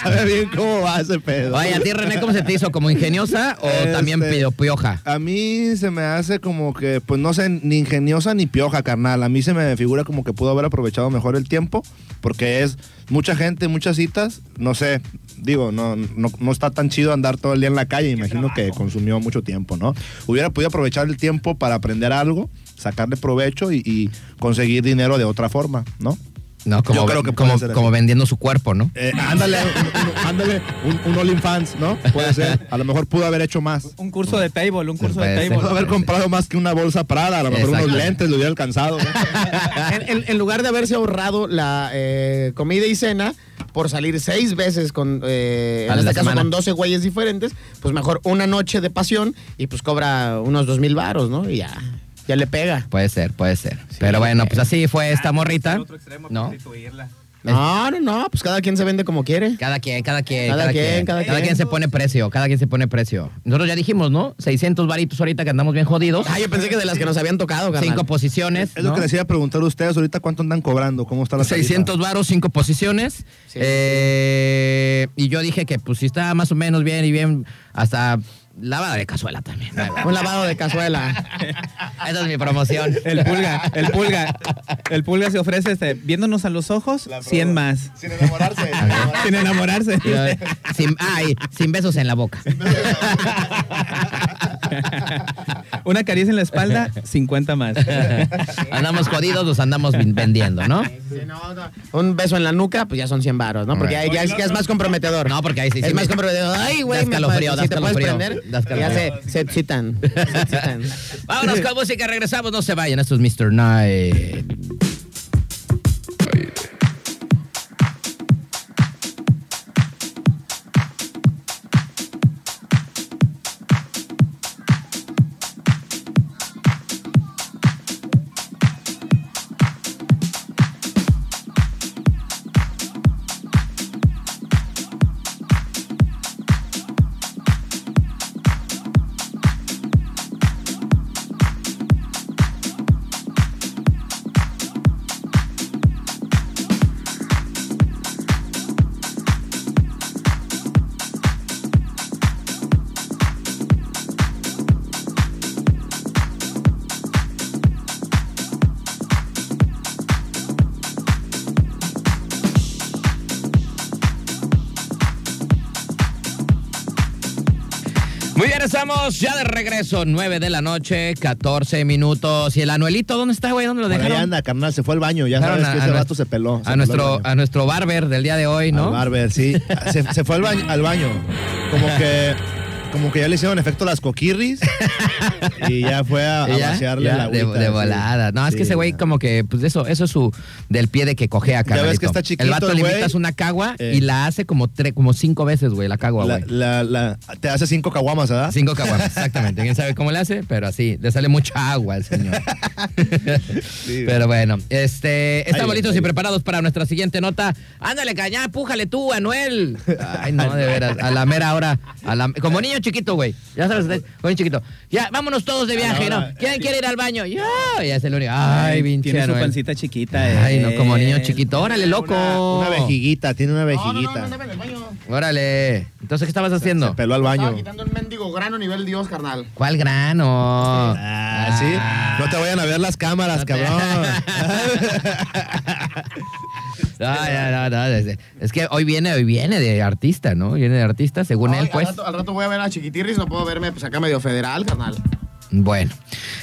Speaker 3: sabe bien cómo va ese pedo.
Speaker 1: Oye, a ti, René, ¿cómo se te hizo? ¿Como ingeniosa o también
Speaker 3: Este,
Speaker 1: pido pioja?
Speaker 3: A mí se me hace como que, pues no sé, ni ingeniosa ni pioja, carnal. A mí se me figura como que pudo haber aprovechado mejor el tiempo, porque es mucha gente, muchas citas, no sé. Digo, no, no, no está tan chido andar todo el día en la calle, imagino que consumió mucho tiempo, ¿no? Hubiera podido aprovechar el tiempo para aprender algo, sacarle provecho y, y conseguir dinero de otra forma, ¿no?
Speaker 1: No, como,
Speaker 3: yo creo que
Speaker 1: como,
Speaker 3: puede ser así.
Speaker 1: como vendiendo su cuerpo, ¿no?
Speaker 3: Eh, ándale, un- un- ándale, un, un OnlyFans, ¿no? Puede ser. A lo mejor pudo haber hecho más.
Speaker 4: Un curso de table, un curso
Speaker 1: Puede
Speaker 4: de
Speaker 1: ser.
Speaker 4: table.
Speaker 3: Pudo haber comprado más que una bolsa Prada, a lo mejor unos
Speaker 1: Exacto.
Speaker 3: lentes le hubiera alcanzado. ¿no?
Speaker 2: En, en- en lugar de haberse ahorrado la eh, comida y cena por salir seis veces con, eh,
Speaker 1: A
Speaker 2: en
Speaker 1: la
Speaker 2: este caso
Speaker 1: semana.
Speaker 2: con 12 güeyes diferentes, pues mejor una noche de pasión y pues cobra unos dos mil varos, ¿no? Y ya, ya le pega.
Speaker 1: Puede ser, puede ser. Pero bueno, pues así fue esta morrita. ¿No?
Speaker 2: No, no, no, pues cada quien se vende como quiere.
Speaker 1: Cada quien, cada quien,
Speaker 2: Cada quien, cada
Speaker 1: Cada
Speaker 2: quien.
Speaker 1: quien se pone precio, cada quien se pone precio. Nosotros ya dijimos, ¿no? 600 varitos ahorita que andamos bien jodidos.
Speaker 2: Ah, yo pensé que de las que nos habían tocado, carnal.
Speaker 1: Cinco posiciones.
Speaker 3: Es lo
Speaker 1: ¿no?
Speaker 3: que les iba a preguntar a ustedes ahorita cuánto andan cobrando, cómo está la tarifa?
Speaker 1: 600 varos, cinco posiciones.
Speaker 2: Sí.
Speaker 1: Eh, y yo dije que pues si está más o menos bien y bien, hasta lavada de cazuela también. No hay
Speaker 2: Un
Speaker 1: bronca.
Speaker 2: lavado de cazuela.
Speaker 1: Esa es mi promoción.
Speaker 4: El pulga, el pulga. El pulga se ofrece este, viéndonos a los ojos, 100 más.
Speaker 3: Sin enamorarse.
Speaker 4: Sin enamorarse.
Speaker 1: Y, eh, sin, ay, sin besos en la boca.
Speaker 4: Una caricia en la espalda, 50 más.
Speaker 1: andamos jodidos, los andamos vin- vendiendo, ¿no?
Speaker 2: Un beso en la nuca, pues ya son 100 varos, ¿no? Porque ya, ya es, ya es más comprometedor.
Speaker 1: No, porque ahí sí. sí
Speaker 2: es
Speaker 1: me-
Speaker 2: más comprometedor. Ay, güey,
Speaker 1: Da
Speaker 2: me-
Speaker 1: escalofrío,
Speaker 2: si
Speaker 1: da
Speaker 2: te puedes
Speaker 1: escalofrío,
Speaker 2: prender,
Speaker 1: da escalofrío.
Speaker 2: Ya se, se excitan. se excitan.
Speaker 1: Vámonos con música, regresamos, no se vayan. Esto es Mr. Night.
Speaker 5: Thank
Speaker 1: Regresamos ya de regreso, 9 de la noche, 14 minutos. ¿Y el Anuelito dónde está, güey? ¿Dónde lo
Speaker 3: Por
Speaker 1: dejaron?
Speaker 3: allá anda, carnal, se fue al baño. Ya
Speaker 1: Dejaron
Speaker 3: sabes que ese
Speaker 1: nues-
Speaker 3: vato se peló. se peló
Speaker 1: A
Speaker 3: al
Speaker 1: nuestro,
Speaker 3: baño.
Speaker 1: a nuestro barber del día de hoy, ¿no?
Speaker 3: Al barber, sí. Se, se fue al baño, al baño. Como que. Como que ya le hicieron efecto las coquirris. Y ya fue a,
Speaker 1: ¿Y
Speaker 3: a
Speaker 1: ya?
Speaker 3: vaciarle
Speaker 1: Ya,
Speaker 3: la
Speaker 1: de,
Speaker 3: agüita,
Speaker 1: de
Speaker 3: sí.
Speaker 1: volada. No, es que
Speaker 3: Sí,
Speaker 1: ese güey
Speaker 3: ya.
Speaker 1: como que, pues eso, eso es su del pie de que cojea,
Speaker 3: ves
Speaker 1: carnalito.
Speaker 3: que está chiquito
Speaker 1: El vato
Speaker 3: el
Speaker 1: le
Speaker 3: güey.
Speaker 1: invitas una cagua
Speaker 3: Eh.
Speaker 1: y la hace como tre, como cinco veces, güey, la cagua,
Speaker 3: La-
Speaker 1: güey.
Speaker 3: la- la- te hace cinco caguamas, ¿verdad?
Speaker 1: Ah. Cinco caguamas, exactamente. ¿Quién sabe cómo le hace? Pero así, le sale mucha agua al señor.
Speaker 3: Sí.
Speaker 1: Pero bueno, este,
Speaker 3: Ahí
Speaker 1: estamos
Speaker 3: viene,
Speaker 1: listos
Speaker 3: ahí
Speaker 1: y
Speaker 3: viene.
Speaker 1: preparados para nuestra siguiente nota. Ándale, cañá, pújale tú, Anuel. Ay, no, de veras, a la mera hora, a la- como niño chiquito, güey. Ya sabes, de- como niño chiquito. Ya, vámonos todos de viaje,
Speaker 3: hora.
Speaker 1: ¿no? ¿Quién quiere ir al baño? Yo, ya es el único. Ay, pinche
Speaker 4: Tiene su
Speaker 1: Anuel.
Speaker 4: pancita chiquita.
Speaker 1: Ay, no, como niño
Speaker 4: eh.
Speaker 1: chiquito. Órale, loco.
Speaker 3: Una vejiguita, tiene una
Speaker 2: No, no, no,
Speaker 3: vejiguita.
Speaker 2: no, no, en el baño.
Speaker 1: Órale. Entonces, ¿qué estabas haciendo?
Speaker 3: Peló al
Speaker 2: Estaba
Speaker 3: baño.
Speaker 2: quitando un mendigo grano nivel Dios, carnal.
Speaker 1: ¿Cuál grano?
Speaker 3: Ah, sí. No te vayan a ver las cámaras,
Speaker 1: No te-
Speaker 3: cabrón.
Speaker 1: No, no, no, no, Es es que hoy viene, hoy viene de artista, ¿no? Viene de artista, según
Speaker 2: Ay,
Speaker 1: él, pues.
Speaker 2: Al rato, al rato voy a ver a Chiquitirris, no puedo verme pues acá medio federal, carnal.
Speaker 1: Bueno,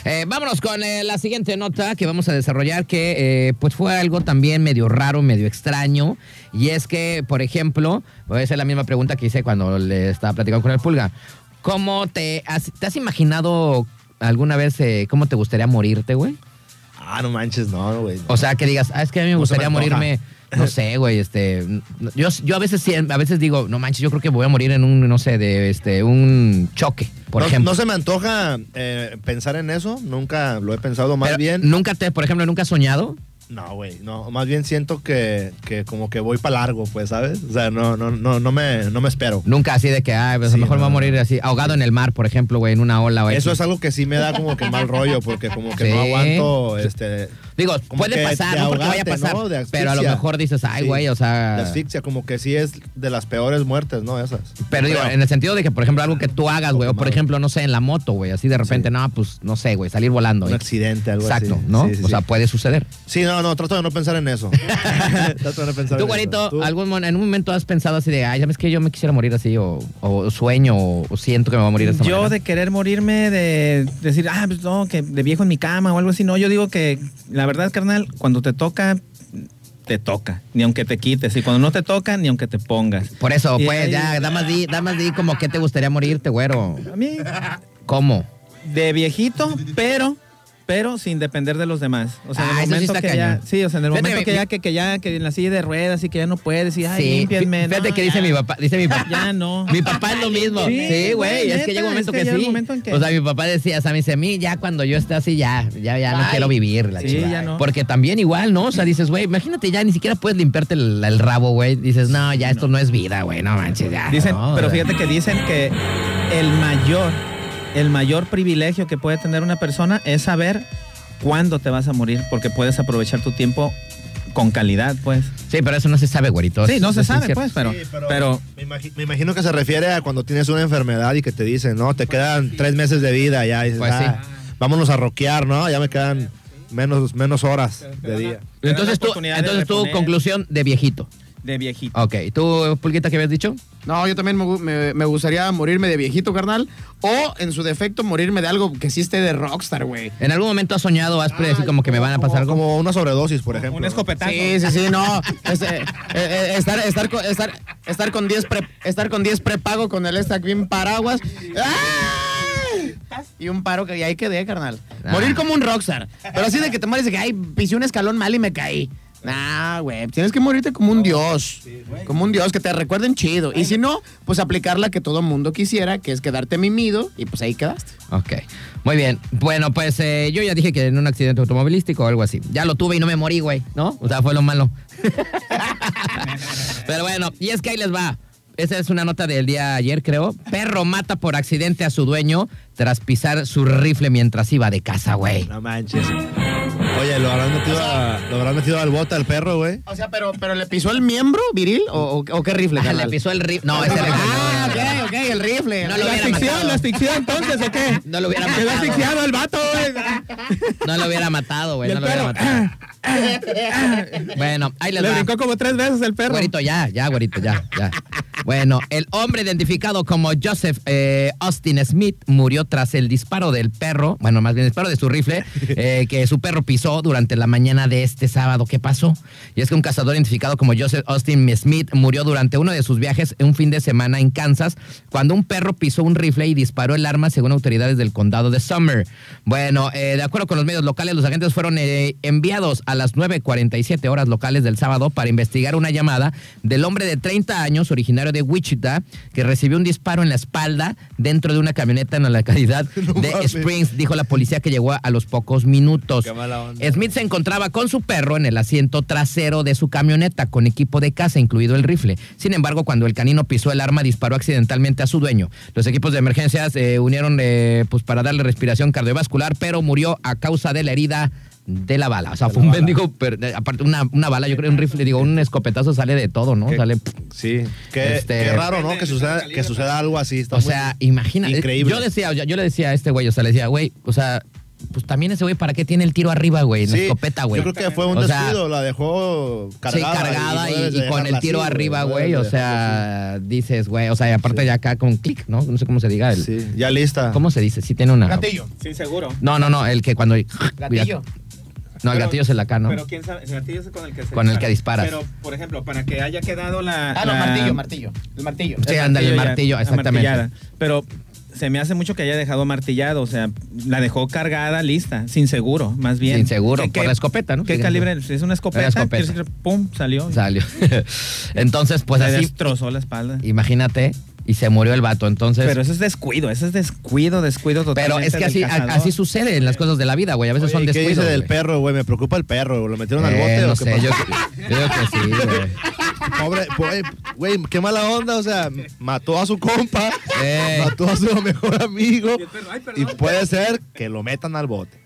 Speaker 1: eh, vámonos con eh, la siguiente nota que vamos a desarrollar, que eh, pues fue algo también medio raro, medio extraño, y es que, por ejemplo, voy a hacer la misma pregunta que hice cuando le estaba platicando con el pulga. ¿Cómo te has, te has imaginado alguna vez eh, cómo te gustaría morirte, güey?
Speaker 3: Ah, no manches, no, güey.
Speaker 1: O sea, que digas, ah, es que a mí me
Speaker 3: No se me
Speaker 1: gustaría
Speaker 3: antoja.
Speaker 1: morirme, no sé, güey, este, n- yo, yo a veces sí, a veces digo, no manches, yo creo que voy a morir en un, no sé, de este, un choque, por
Speaker 3: no,
Speaker 1: ejemplo.
Speaker 3: no se me antoja eh, pensar en eso. Nunca lo he pensado. Más
Speaker 1: Pero,
Speaker 3: bien.
Speaker 1: Nunca te, por ejemplo, nunca has soñado.
Speaker 3: No, güey. No, más bien siento que, que como que voy para largo, pues, ¿sabes? O sea, no, no, no, no me, no me espero.
Speaker 1: Nunca así de que, ay, pues a
Speaker 3: Sí,
Speaker 1: lo mejor
Speaker 3: no,
Speaker 1: va a
Speaker 3: no.
Speaker 1: morir así, ahogado en el mar, por ejemplo, güey, en una ola, güey.
Speaker 3: Eso es algo que sí me da como que mal rollo, porque como que no
Speaker 1: Sí.
Speaker 3: aguanto, este...
Speaker 1: Digo,
Speaker 3: como
Speaker 1: puede
Speaker 3: que
Speaker 1: pasar,
Speaker 3: de
Speaker 1: no porque vaya a
Speaker 3: ahogarte,
Speaker 1: pasar,
Speaker 3: ¿no? De
Speaker 1: pero a lo
Speaker 3: asfixia.
Speaker 1: mejor dices, ay,
Speaker 3: Sí.
Speaker 1: güey, o
Speaker 3: De
Speaker 1: sea...
Speaker 3: asfixia, como que sí es de las peores muertes, ¿no? Esas.
Speaker 1: Pero digo,
Speaker 3: Creo.
Speaker 1: en el sentido de que, por ejemplo, algo que tú hagas, güey, o por
Speaker 3: Madre.
Speaker 1: ejemplo, no sé, en la moto, güey, así de repente,
Speaker 3: Sí.
Speaker 1: no, pues, no sé, güey, salir volando.
Speaker 3: Un
Speaker 1: güey.
Speaker 3: accidente, algo así.
Speaker 1: Exacto, ¿no?
Speaker 3: Sí, sí,
Speaker 1: o sea,
Speaker 3: sí.
Speaker 1: puede suceder.
Speaker 3: Sí, no, no, trato de no pensar en eso. trato de no pensar en
Speaker 1: Tú,
Speaker 3: eso.
Speaker 1: güerito,
Speaker 3: Tú-
Speaker 1: algún, mon- en un momento has pensado así de, ay, ya ves que yo me quisiera morir así, o, o sueño, o, o siento que me voy a morir de esta
Speaker 4: Yo
Speaker 1: manera"?
Speaker 4: de querer morirme, de decir, ah, pues no, que de viejo en mi cama o algo así. No, yo digo que la verdad, carnal, cuando te toca, te toca. Ni aunque te quites. Y cuando no te toca, ni aunque te pongas.
Speaker 1: Por eso,
Speaker 4: Y
Speaker 1: pues,
Speaker 4: ahí-
Speaker 1: ya, damas di, damas di, como, ¿qué te gustaría morirte, güero?
Speaker 4: A mí,
Speaker 1: ¿Cómo?
Speaker 4: de viejito, pero pero sin depender de los demás. O sea, en
Speaker 1: Ah,
Speaker 4: el
Speaker 1: eso sí
Speaker 4: momento
Speaker 1: está
Speaker 4: que ya,
Speaker 1: cañón.
Speaker 4: sí, o sea, en el
Speaker 1: Fíjate
Speaker 4: momento
Speaker 1: que
Speaker 4: que
Speaker 1: mi-
Speaker 4: ya que, que ya que en la silla de ruedas y que ya no puedes y ay,
Speaker 1: Fí-
Speaker 4: límpienme.
Speaker 1: Fíjate
Speaker 4: no,
Speaker 1: que dice
Speaker 4: ya.
Speaker 1: mi papá, dice mi papá.
Speaker 4: Ya no.
Speaker 1: Mi papá es lo mismo.
Speaker 4: Sí,
Speaker 1: Sí,
Speaker 4: güey,
Speaker 1: güey. Es
Speaker 4: neta,
Speaker 1: que llega un momento
Speaker 4: es que
Speaker 1: que,
Speaker 4: llega
Speaker 1: sí.
Speaker 4: un momento en que-
Speaker 1: O sea, mi papá decía, o sea, me dice, a mí ya cuando yo esté así, ya, ya, ya no
Speaker 4: Ay.
Speaker 1: quiero vivir la
Speaker 4: Sí,
Speaker 1: chingada".
Speaker 4: ya no.
Speaker 1: Porque también igual, ¿no? O sea, dices, güey, imagínate ya, ni siquiera puedes limpiarte el, el rabo, güey. Dices, no, ya esto no, es vida, güey. No manches, ya.
Speaker 4: Dicen,
Speaker 1: no,
Speaker 4: pero
Speaker 1: o sea.
Speaker 4: fíjate que dicen que el mayor, el mayor privilegio que puede tener una persona es saber cuándo te vas a morir, porque puedes aprovechar tu tiempo con calidad, pues.
Speaker 1: Sí, pero eso no se sabe, güerito.
Speaker 4: Sí, no
Speaker 1: Eso
Speaker 4: se
Speaker 1: es
Speaker 4: sabe,
Speaker 1: incierto.
Speaker 4: pues, pero,
Speaker 3: Sí,
Speaker 4: pero,
Speaker 3: me, imagi- me imagino que se refiere a cuando tienes una enfermedad y que te dicen, no, te quedan tres meses de vida, ya dices,
Speaker 1: Pues sí.
Speaker 3: "Ah, vámonos a roquear, ¿no? Ya me quedan menos, menos horas de día.
Speaker 4: Pero
Speaker 1: Entonces
Speaker 4: la
Speaker 1: tú,
Speaker 4: oportunidad de
Speaker 1: entonces tu
Speaker 4: reponer.
Speaker 1: conclusión de viejito.
Speaker 4: de viejito.
Speaker 1: Ok, ¿tú, Pulguita, qué habías dicho?
Speaker 2: No, yo también me, gu- me- me gustaría morirme de viejito, carnal. O, en su defecto, morirme de algo que sí esté de rockstar, güey.
Speaker 1: ¿En algún momento has soñado, has predecido
Speaker 2: Ay,
Speaker 1: como que me van a pasar Ah, pues algo?
Speaker 3: Como una sobredosis, por
Speaker 1: Ah,
Speaker 3: ejemplo.
Speaker 4: Un
Speaker 3: ¿no?
Speaker 4: escopetazo.
Speaker 2: Sí, sí, sí, no. Este, eh, eh, estar, estar, con- estar, estar con 10 pre- estar con 10 prepago con el esta bien paraguas. ¡Ah! Y un paro que y ahí quedé, carnal.
Speaker 1: Ah.
Speaker 2: Morir como un rockstar. Pero así de que te mueres de que ay, pisé un escalón mal y me caí. Nah, güey, tienes que morirte como un dios. Como un dios que te recuerden chido. Y si no, pues aplicar la que todo mundo quisiera, que es quedarte mimido y pues ahí quedaste.
Speaker 1: Ok. Muy bien. Bueno, pues eh, yo ya dije que en un accidente automovilístico o algo así. Ya lo tuve y no me morí, güey, ¿no? O sea, fue lo malo. Pero bueno, y es que ahí les va. Esa es una nota del día ayer, creo. Perro mata por accidente a su dueño tras pisar su rifle mientras iba de casa, güey.
Speaker 3: No manches. Oye, lo habrán metido, a- lo habrán metido al bote al perro, güey.
Speaker 2: O sea, pero, pero le pisó el miembro viril o, o- o qué rifle,
Speaker 1: Ah,
Speaker 2: carnal?
Speaker 1: le pisó el rifle. No, ese rifle. no,
Speaker 2: Ah,
Speaker 1: no, no.
Speaker 2: ok, ok, el rifle.
Speaker 1: No lo hubiera matado.
Speaker 2: asfixió entonces o qué?
Speaker 1: No lo hubiera
Speaker 2: Quedó
Speaker 1: matado.
Speaker 2: asfixiado el vato, güey.
Speaker 1: No lo hubiera matado, güey.
Speaker 2: Y
Speaker 1: No
Speaker 2: el
Speaker 1: lo hubiera
Speaker 2: perro,
Speaker 1: matado. Bueno, ahí les va.
Speaker 2: como tres veces el perro.
Speaker 1: Güerito, ya, ya, güerito, ya, ya. Bueno, el hombre identificado como Joseph eh, Austin Smith murió tras el disparo del perro, bueno, más bien el disparo de su rifle, eh, que su perro pisó durante la mañana de este sábado. ¿Qué pasó? Y es que un cazador identificado como Joseph Austin Smith murió durante uno de sus viajes en un fin de semana en Kansas cuando un perro pisó un rifle y disparó el arma según autoridades del condado de Summer. Bueno, eh, de acuerdo con los medios locales, los agentes fueron eh, enviados a las 9.47 horas locales del sábado para investigar una llamada del hombre de 30 años, originario de Wichita, que recibió un disparo en la espalda dentro de una camioneta en la localidad de
Speaker 3: mames.
Speaker 1: Springs, dijo la policía que llegó a los pocos minutos.
Speaker 3: Qué mala onda.
Speaker 1: Smith se encontraba con su perro en el asiento trasero de su camioneta con equipo de caza, incluido el rifle. Sin embargo, cuando el canino pisó el arma, disparó accidentalmente a su dueño. Los equipos de emergencia se unieron eh, pues, para darle respiración cardiovascular, pero murió a causa de la herida de la bala. O sea, fue un bendigo, pero, eh, aparte una, una bala, yo creo un rifle, digo, un escopetazo sale de todo, ¿no?
Speaker 3: Qué-
Speaker 1: Sale... pff,
Speaker 3: Sí, qué,
Speaker 1: Este-
Speaker 3: qué raro, ¿no? Que suceda, que suceda algo así. Está
Speaker 1: O
Speaker 3: muy-
Speaker 1: sea, imagínate.
Speaker 3: Increíble.
Speaker 1: Yo decía, yo, yo le decía a este güey, o sea, le decía, güey, o sea, pues también ese güey, ¿para qué tiene el tiro arriba, güey? En la
Speaker 3: Sí,
Speaker 1: escopeta, güey.
Speaker 3: Yo creo que fue un
Speaker 1: O sea,
Speaker 3: descuido, la dejó
Speaker 1: Sí,
Speaker 3: cargada.
Speaker 1: cargada
Speaker 3: no
Speaker 1: y,
Speaker 3: debes de
Speaker 1: y con el
Speaker 3: dejarla
Speaker 1: tiro
Speaker 3: así,
Speaker 1: arriba,
Speaker 3: no
Speaker 1: güey. O
Speaker 3: debes de dejarla
Speaker 1: sea, dices, güey, o sea, y aparte ya acá con clic, ¿no? No sé cómo se diga.
Speaker 3: así.
Speaker 1: El,
Speaker 3: Sí, ya lista.
Speaker 1: ¿Cómo se dice? Sí tiene una...
Speaker 5: Gatillo.
Speaker 4: Sí, seguro.
Speaker 1: No, no, no, el que cuando...
Speaker 5: Gatillo.
Speaker 1: No, el
Speaker 4: Pero-
Speaker 1: gatillo es el acá, ¿no?
Speaker 4: Pero quién sabe, el gatillo es con el que se
Speaker 1: Con el que disparas.
Speaker 4: Pero, por ejemplo, para que haya quedado la.
Speaker 5: Ah, no,
Speaker 4: la-
Speaker 5: martillo, martillo. El martillo.
Speaker 1: Sí, ándale, el
Speaker 4: ya,
Speaker 1: martillo,
Speaker 4: la
Speaker 1: exactamente.
Speaker 4: martillada. Pero se me hace mucho que haya dejado martillado, o sea, la dejó cargada, lista, sin seguro, más bien.
Speaker 1: Sin seguro,
Speaker 4: ¿Qué-
Speaker 1: por
Speaker 4: qué-
Speaker 1: la escopeta, ¿no?
Speaker 4: ¿Qué
Speaker 1: Sí,
Speaker 4: calibre? Es una escopeta.
Speaker 1: Era escopeta.
Speaker 4: quiere decir, Pum, salió.
Speaker 1: Salió. Entonces, pues
Speaker 4: le
Speaker 1: así,
Speaker 4: destrozó la espalda.
Speaker 1: imagínate, y se murió el vato. Entonces...
Speaker 4: pero eso es descuido, eso es descuido, descuido totalmente.
Speaker 1: Pero es que
Speaker 4: del
Speaker 1: así, a-
Speaker 4: cazador.
Speaker 1: así sucede en las cosas de la vida, güey. A veces
Speaker 3: Oye,
Speaker 1: son
Speaker 3: ¿y ¿Qué
Speaker 1: descuidos.
Speaker 3: dice del
Speaker 1: güey.
Speaker 3: perro, güey? Me preocupa el perro. güey. ¿Lo metieron al
Speaker 1: Eh,
Speaker 3: bote
Speaker 1: no
Speaker 3: o
Speaker 1: sé,
Speaker 3: qué
Speaker 1: yo,
Speaker 3: pasó?
Speaker 1: yo digo que sí, güey.
Speaker 3: Pobre, pobre, güey, qué mala onda. O sea, mató a su compa,
Speaker 1: Ey.
Speaker 3: mató a su mejor amigo. Y puede ser que lo metan al bote.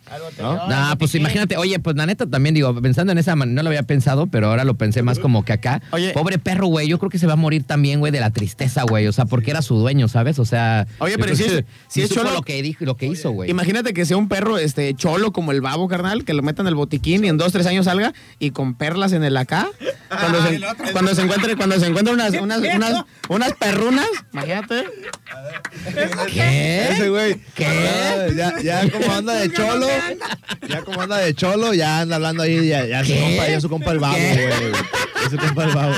Speaker 5: No,
Speaker 3: ¿no?
Speaker 1: No, pues imagínate, oye, pues la neta también digo, pensando en esa manera, no lo había pensado, pero ahora lo pensé más como que acá.
Speaker 2: Oye.
Speaker 1: Pobre perro, güey, yo creo que se va a morir también, güey, de la tristeza, güey, o sea, porque era su dueño, ¿sabes? O sea,
Speaker 2: Oye,
Speaker 1: yo
Speaker 2: pero
Speaker 1: creo
Speaker 2: si es-
Speaker 1: que
Speaker 2: si es
Speaker 1: supo
Speaker 2: cholo-
Speaker 1: lo que dijo y lo que hizo, güey.
Speaker 2: Imagínate que sea un perro este cholo como el babo, carnal, que lo metan al botiquín y en dos, tres años salga y con perlas en el acá. Cuando, se, cuando se encuentre, cuando se encuentre unas, unas, unas, unas perrunas, imagínate.
Speaker 1: ¿Qué?
Speaker 3: Ese güey.
Speaker 1: ¿Eh? ¿Qué?
Speaker 3: Ah, Ya, ya como anda de cholo. Ya como anda de cholo, ya anda hablando ahí. Ya, ya su
Speaker 1: ¿Qué?
Speaker 3: compa, ya su compa el babo,
Speaker 1: ¿Qué?
Speaker 3: güey. Ya su compa el babo.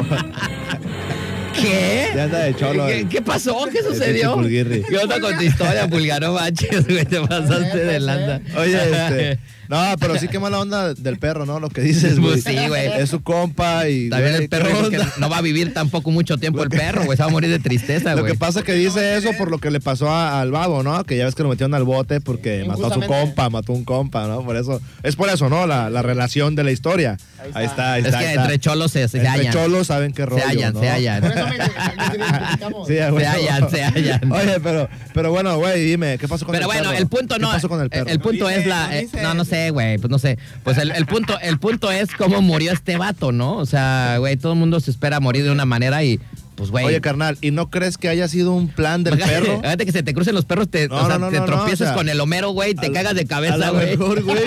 Speaker 1: ¿Qué?
Speaker 3: Ya anda de cholo.
Speaker 1: ¿Qué,
Speaker 3: güey.
Speaker 1: qué pasó? ¿Qué
Speaker 3: pinche
Speaker 1: sucedió?
Speaker 3: Pulguirri.
Speaker 1: ¿Qué onda con tu historia, Pulgaro Baches, güey? Te pasaste de lanza.
Speaker 3: Oye, este. No, pero sí que mala onda del perro, ¿no? Lo que dices, güey.
Speaker 1: Pues sí, güey.
Speaker 3: Es su compa y.
Speaker 1: También
Speaker 3: güey,
Speaker 1: el perro
Speaker 3: ¿qué
Speaker 1: dijo que
Speaker 3: onda?
Speaker 1: no va a vivir tampoco mucho tiempo el perro, güey, se va a morir de tristeza,
Speaker 3: Lo
Speaker 1: Ah, güey.
Speaker 3: que pasa es que dice eso por lo que le pasó a- al babo, ¿no? Que ya ves que lo metieron al bote porque
Speaker 2: Sí,
Speaker 3: mató a su
Speaker 2: injustamente.
Speaker 3: compa, mató a un compa, ¿no? Por eso. Es por eso, ¿no? La, la relación de la historia. Ahí está, ahí
Speaker 1: Es
Speaker 3: está.
Speaker 1: que
Speaker 3: ahí está.
Speaker 1: entre cholos se, se
Speaker 3: Entre
Speaker 1: hallan.
Speaker 3: cholos saben qué rollo.
Speaker 1: se hallan,
Speaker 3: ¿no?
Speaker 1: se hallan.
Speaker 2: Por eso me- nos identificamos.
Speaker 3: Sí, güey.
Speaker 1: hallan, se hallan.
Speaker 3: Oye, pero, pero bueno, güey, dime, ¿qué pasó con
Speaker 1: Pero
Speaker 3: el
Speaker 1: bueno,
Speaker 3: perro?
Speaker 1: el punto no.
Speaker 3: ¿Qué pasó con el perro?
Speaker 1: punto
Speaker 4: No dice,
Speaker 1: es la.
Speaker 4: no
Speaker 1: eh,
Speaker 4: dice.
Speaker 1: no, no sé, güey. Pues no sé. Pues el, el punto, el punto es cómo murió este vato, ¿no? O sea, güey, todo el mundo se espera morir de una manera y. Pues, güey.
Speaker 3: Oye, carnal, ¿y no crees que haya sido un plan del
Speaker 1: imagínate-
Speaker 3: perro?
Speaker 1: Imagínate que se te crucen los perros, te,
Speaker 3: No,
Speaker 1: o sea,
Speaker 3: no, no,
Speaker 1: te
Speaker 3: no, no,
Speaker 1: tropiezas
Speaker 3: o sea,
Speaker 1: con el Homero, güey, y te
Speaker 3: A lo-
Speaker 1: cagas de cabeza, güey.
Speaker 3: A lo mejor, güey.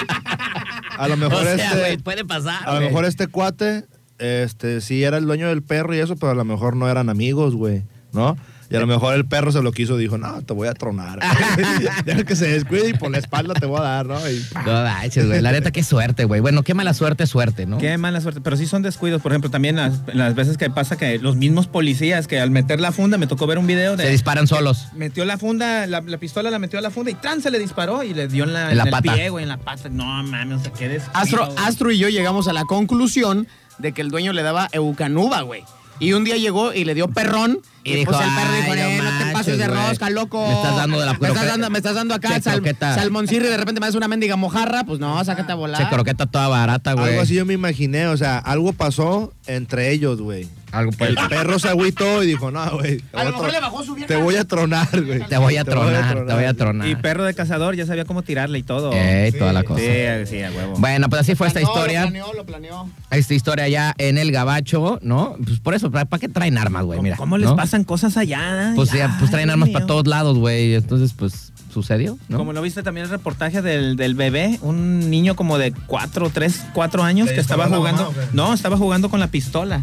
Speaker 3: A lo mejor
Speaker 1: o sea,
Speaker 3: este.
Speaker 1: güey, puede pasar.
Speaker 3: A lo
Speaker 1: güey.
Speaker 3: mejor este cuate, este, sí era el dueño del perro y eso, pero a lo mejor no eran amigos, güey, ¿no? Y a lo mejor el perro se lo quiso, dijo, no, te voy a tronar. Deja que se descuide y por la espalda te voy a dar, ¿no? Y-
Speaker 1: No manches, güey. La neta, qué suerte, güey. Bueno, qué mala suerte, suerte, ¿no?
Speaker 4: Qué mala suerte. Pero sí son descuidos. Por ejemplo, también las, las veces que pasa que los mismos policías que al meter la funda, me tocó ver un video de.
Speaker 1: Se disparan solos.
Speaker 4: Metió la funda, la, la pistola la metió a la funda y tran se le disparó y le dio en, la,
Speaker 1: En la
Speaker 4: en el
Speaker 1: pata.
Speaker 4: pie, güey, en la pata. No mames, o sea, qué descuido,
Speaker 2: Astro,
Speaker 4: güey.
Speaker 2: Astro y yo llegamos a la conclusión de que el dueño le daba eucanuba, güey. Y un día llegó y le dio perrón.
Speaker 1: Y
Speaker 2: después
Speaker 1: dijo,
Speaker 2: el perro dijo,
Speaker 1: "Ay, no
Speaker 2: "Eh, no, te
Speaker 1: manches,
Speaker 2: pases de
Speaker 1: güey.
Speaker 2: rosca, loco.
Speaker 1: Me estás dando de la
Speaker 2: me estás
Speaker 1: croqueta.
Speaker 2: dando, me estás dando acá
Speaker 1: Che,
Speaker 2: sal,
Speaker 1: croqueta.
Speaker 2: salmoncirri y de repente me hace una mendiga mojarra. Pues no, sácate a volar.
Speaker 1: Se croqueta toda barata, güey.
Speaker 3: Algo así yo me imaginé, o sea, algo pasó entre ellos, güey.
Speaker 1: Algo pues,
Speaker 3: El
Speaker 1: puede-
Speaker 3: perro se agüitó y dijo, no, güey. te
Speaker 2: A lo
Speaker 3: voy
Speaker 2: mejor
Speaker 3: tron-
Speaker 2: le bajó su vieja.
Speaker 3: Te voy a tronar, güey.
Speaker 1: Te voy a tronar, te voy a tronar.
Speaker 4: Y perro de cazador ya sabía cómo tirarle y todo.
Speaker 1: Ey, toda la Eh, cosa.
Speaker 4: Sí, sí, a huevo.
Speaker 1: Bueno, pues así fue esta
Speaker 2: Planeó,
Speaker 1: historia.
Speaker 2: Lo planeó, lo planeó.
Speaker 1: Esta historia ya en el gabacho, ¿no? Pues por eso, ¿para para qué traen armas, güey?
Speaker 4: ¿Cómo,
Speaker 1: Mira.
Speaker 4: cómo les
Speaker 1: ¿no?
Speaker 4: pasan cosas allá?
Speaker 1: Pues,
Speaker 4: Ay,
Speaker 1: ya, pues traen
Speaker 4: Dios
Speaker 1: armas
Speaker 4: mío.
Speaker 1: para todos lados, güey. Entonces, pues, sucedió, ¿no?
Speaker 4: Como lo viste también el reportaje del, del bebé, un niño como de 4, 3, 4 años
Speaker 3: ¿Le
Speaker 4: que estaba
Speaker 3: disparó a la
Speaker 4: jugando.
Speaker 3: mamá o qué?
Speaker 4: no, estaba jugando con la pistola.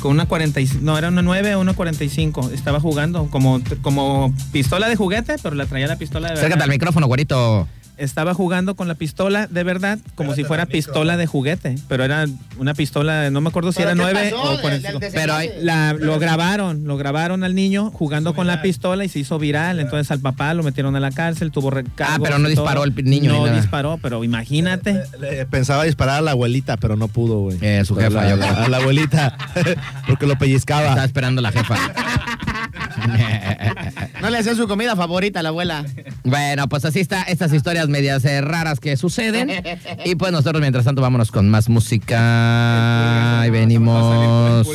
Speaker 4: con una 45, no, era una 9 o una 45. Estaba jugando como, como pistola de juguete, pero la traía la pistola de verdad.
Speaker 1: Acércate al micrófono, güerito.
Speaker 4: Estaba jugando con la pistola de verdad, como si fuera pistola de juguete, pero era una pistola, no me acuerdo si era 9 o 45.
Speaker 1: Pero hay-
Speaker 4: La, lo grabaron, lo grabaron al niño jugando con la pistola y se hizo viral. Entonces al papá lo metieron a la cárcel, tuvo recargos.
Speaker 1: Ah, pero no
Speaker 4: y todo.
Speaker 1: disparó el pi- niño ni
Speaker 4: No
Speaker 1: nada.
Speaker 4: disparó, pero imagínate.
Speaker 3: Le- Pensaba disparar a la abuelita, pero no pudo, güey.
Speaker 1: Eh, su jefa,
Speaker 3: A la-
Speaker 1: yo creo.
Speaker 3: A la abuelita, porque
Speaker 1: Estaba
Speaker 3: lo
Speaker 4: Ah.
Speaker 3: pellizcaba.
Speaker 1: esperando la jefa.
Speaker 2: No le hacía su comida favorita a la abuela.
Speaker 1: bueno, pues así está estas historias medias eh, raras que suceden. Y pues nosotros, mientras tanto, vámonos con más música. Y venimos.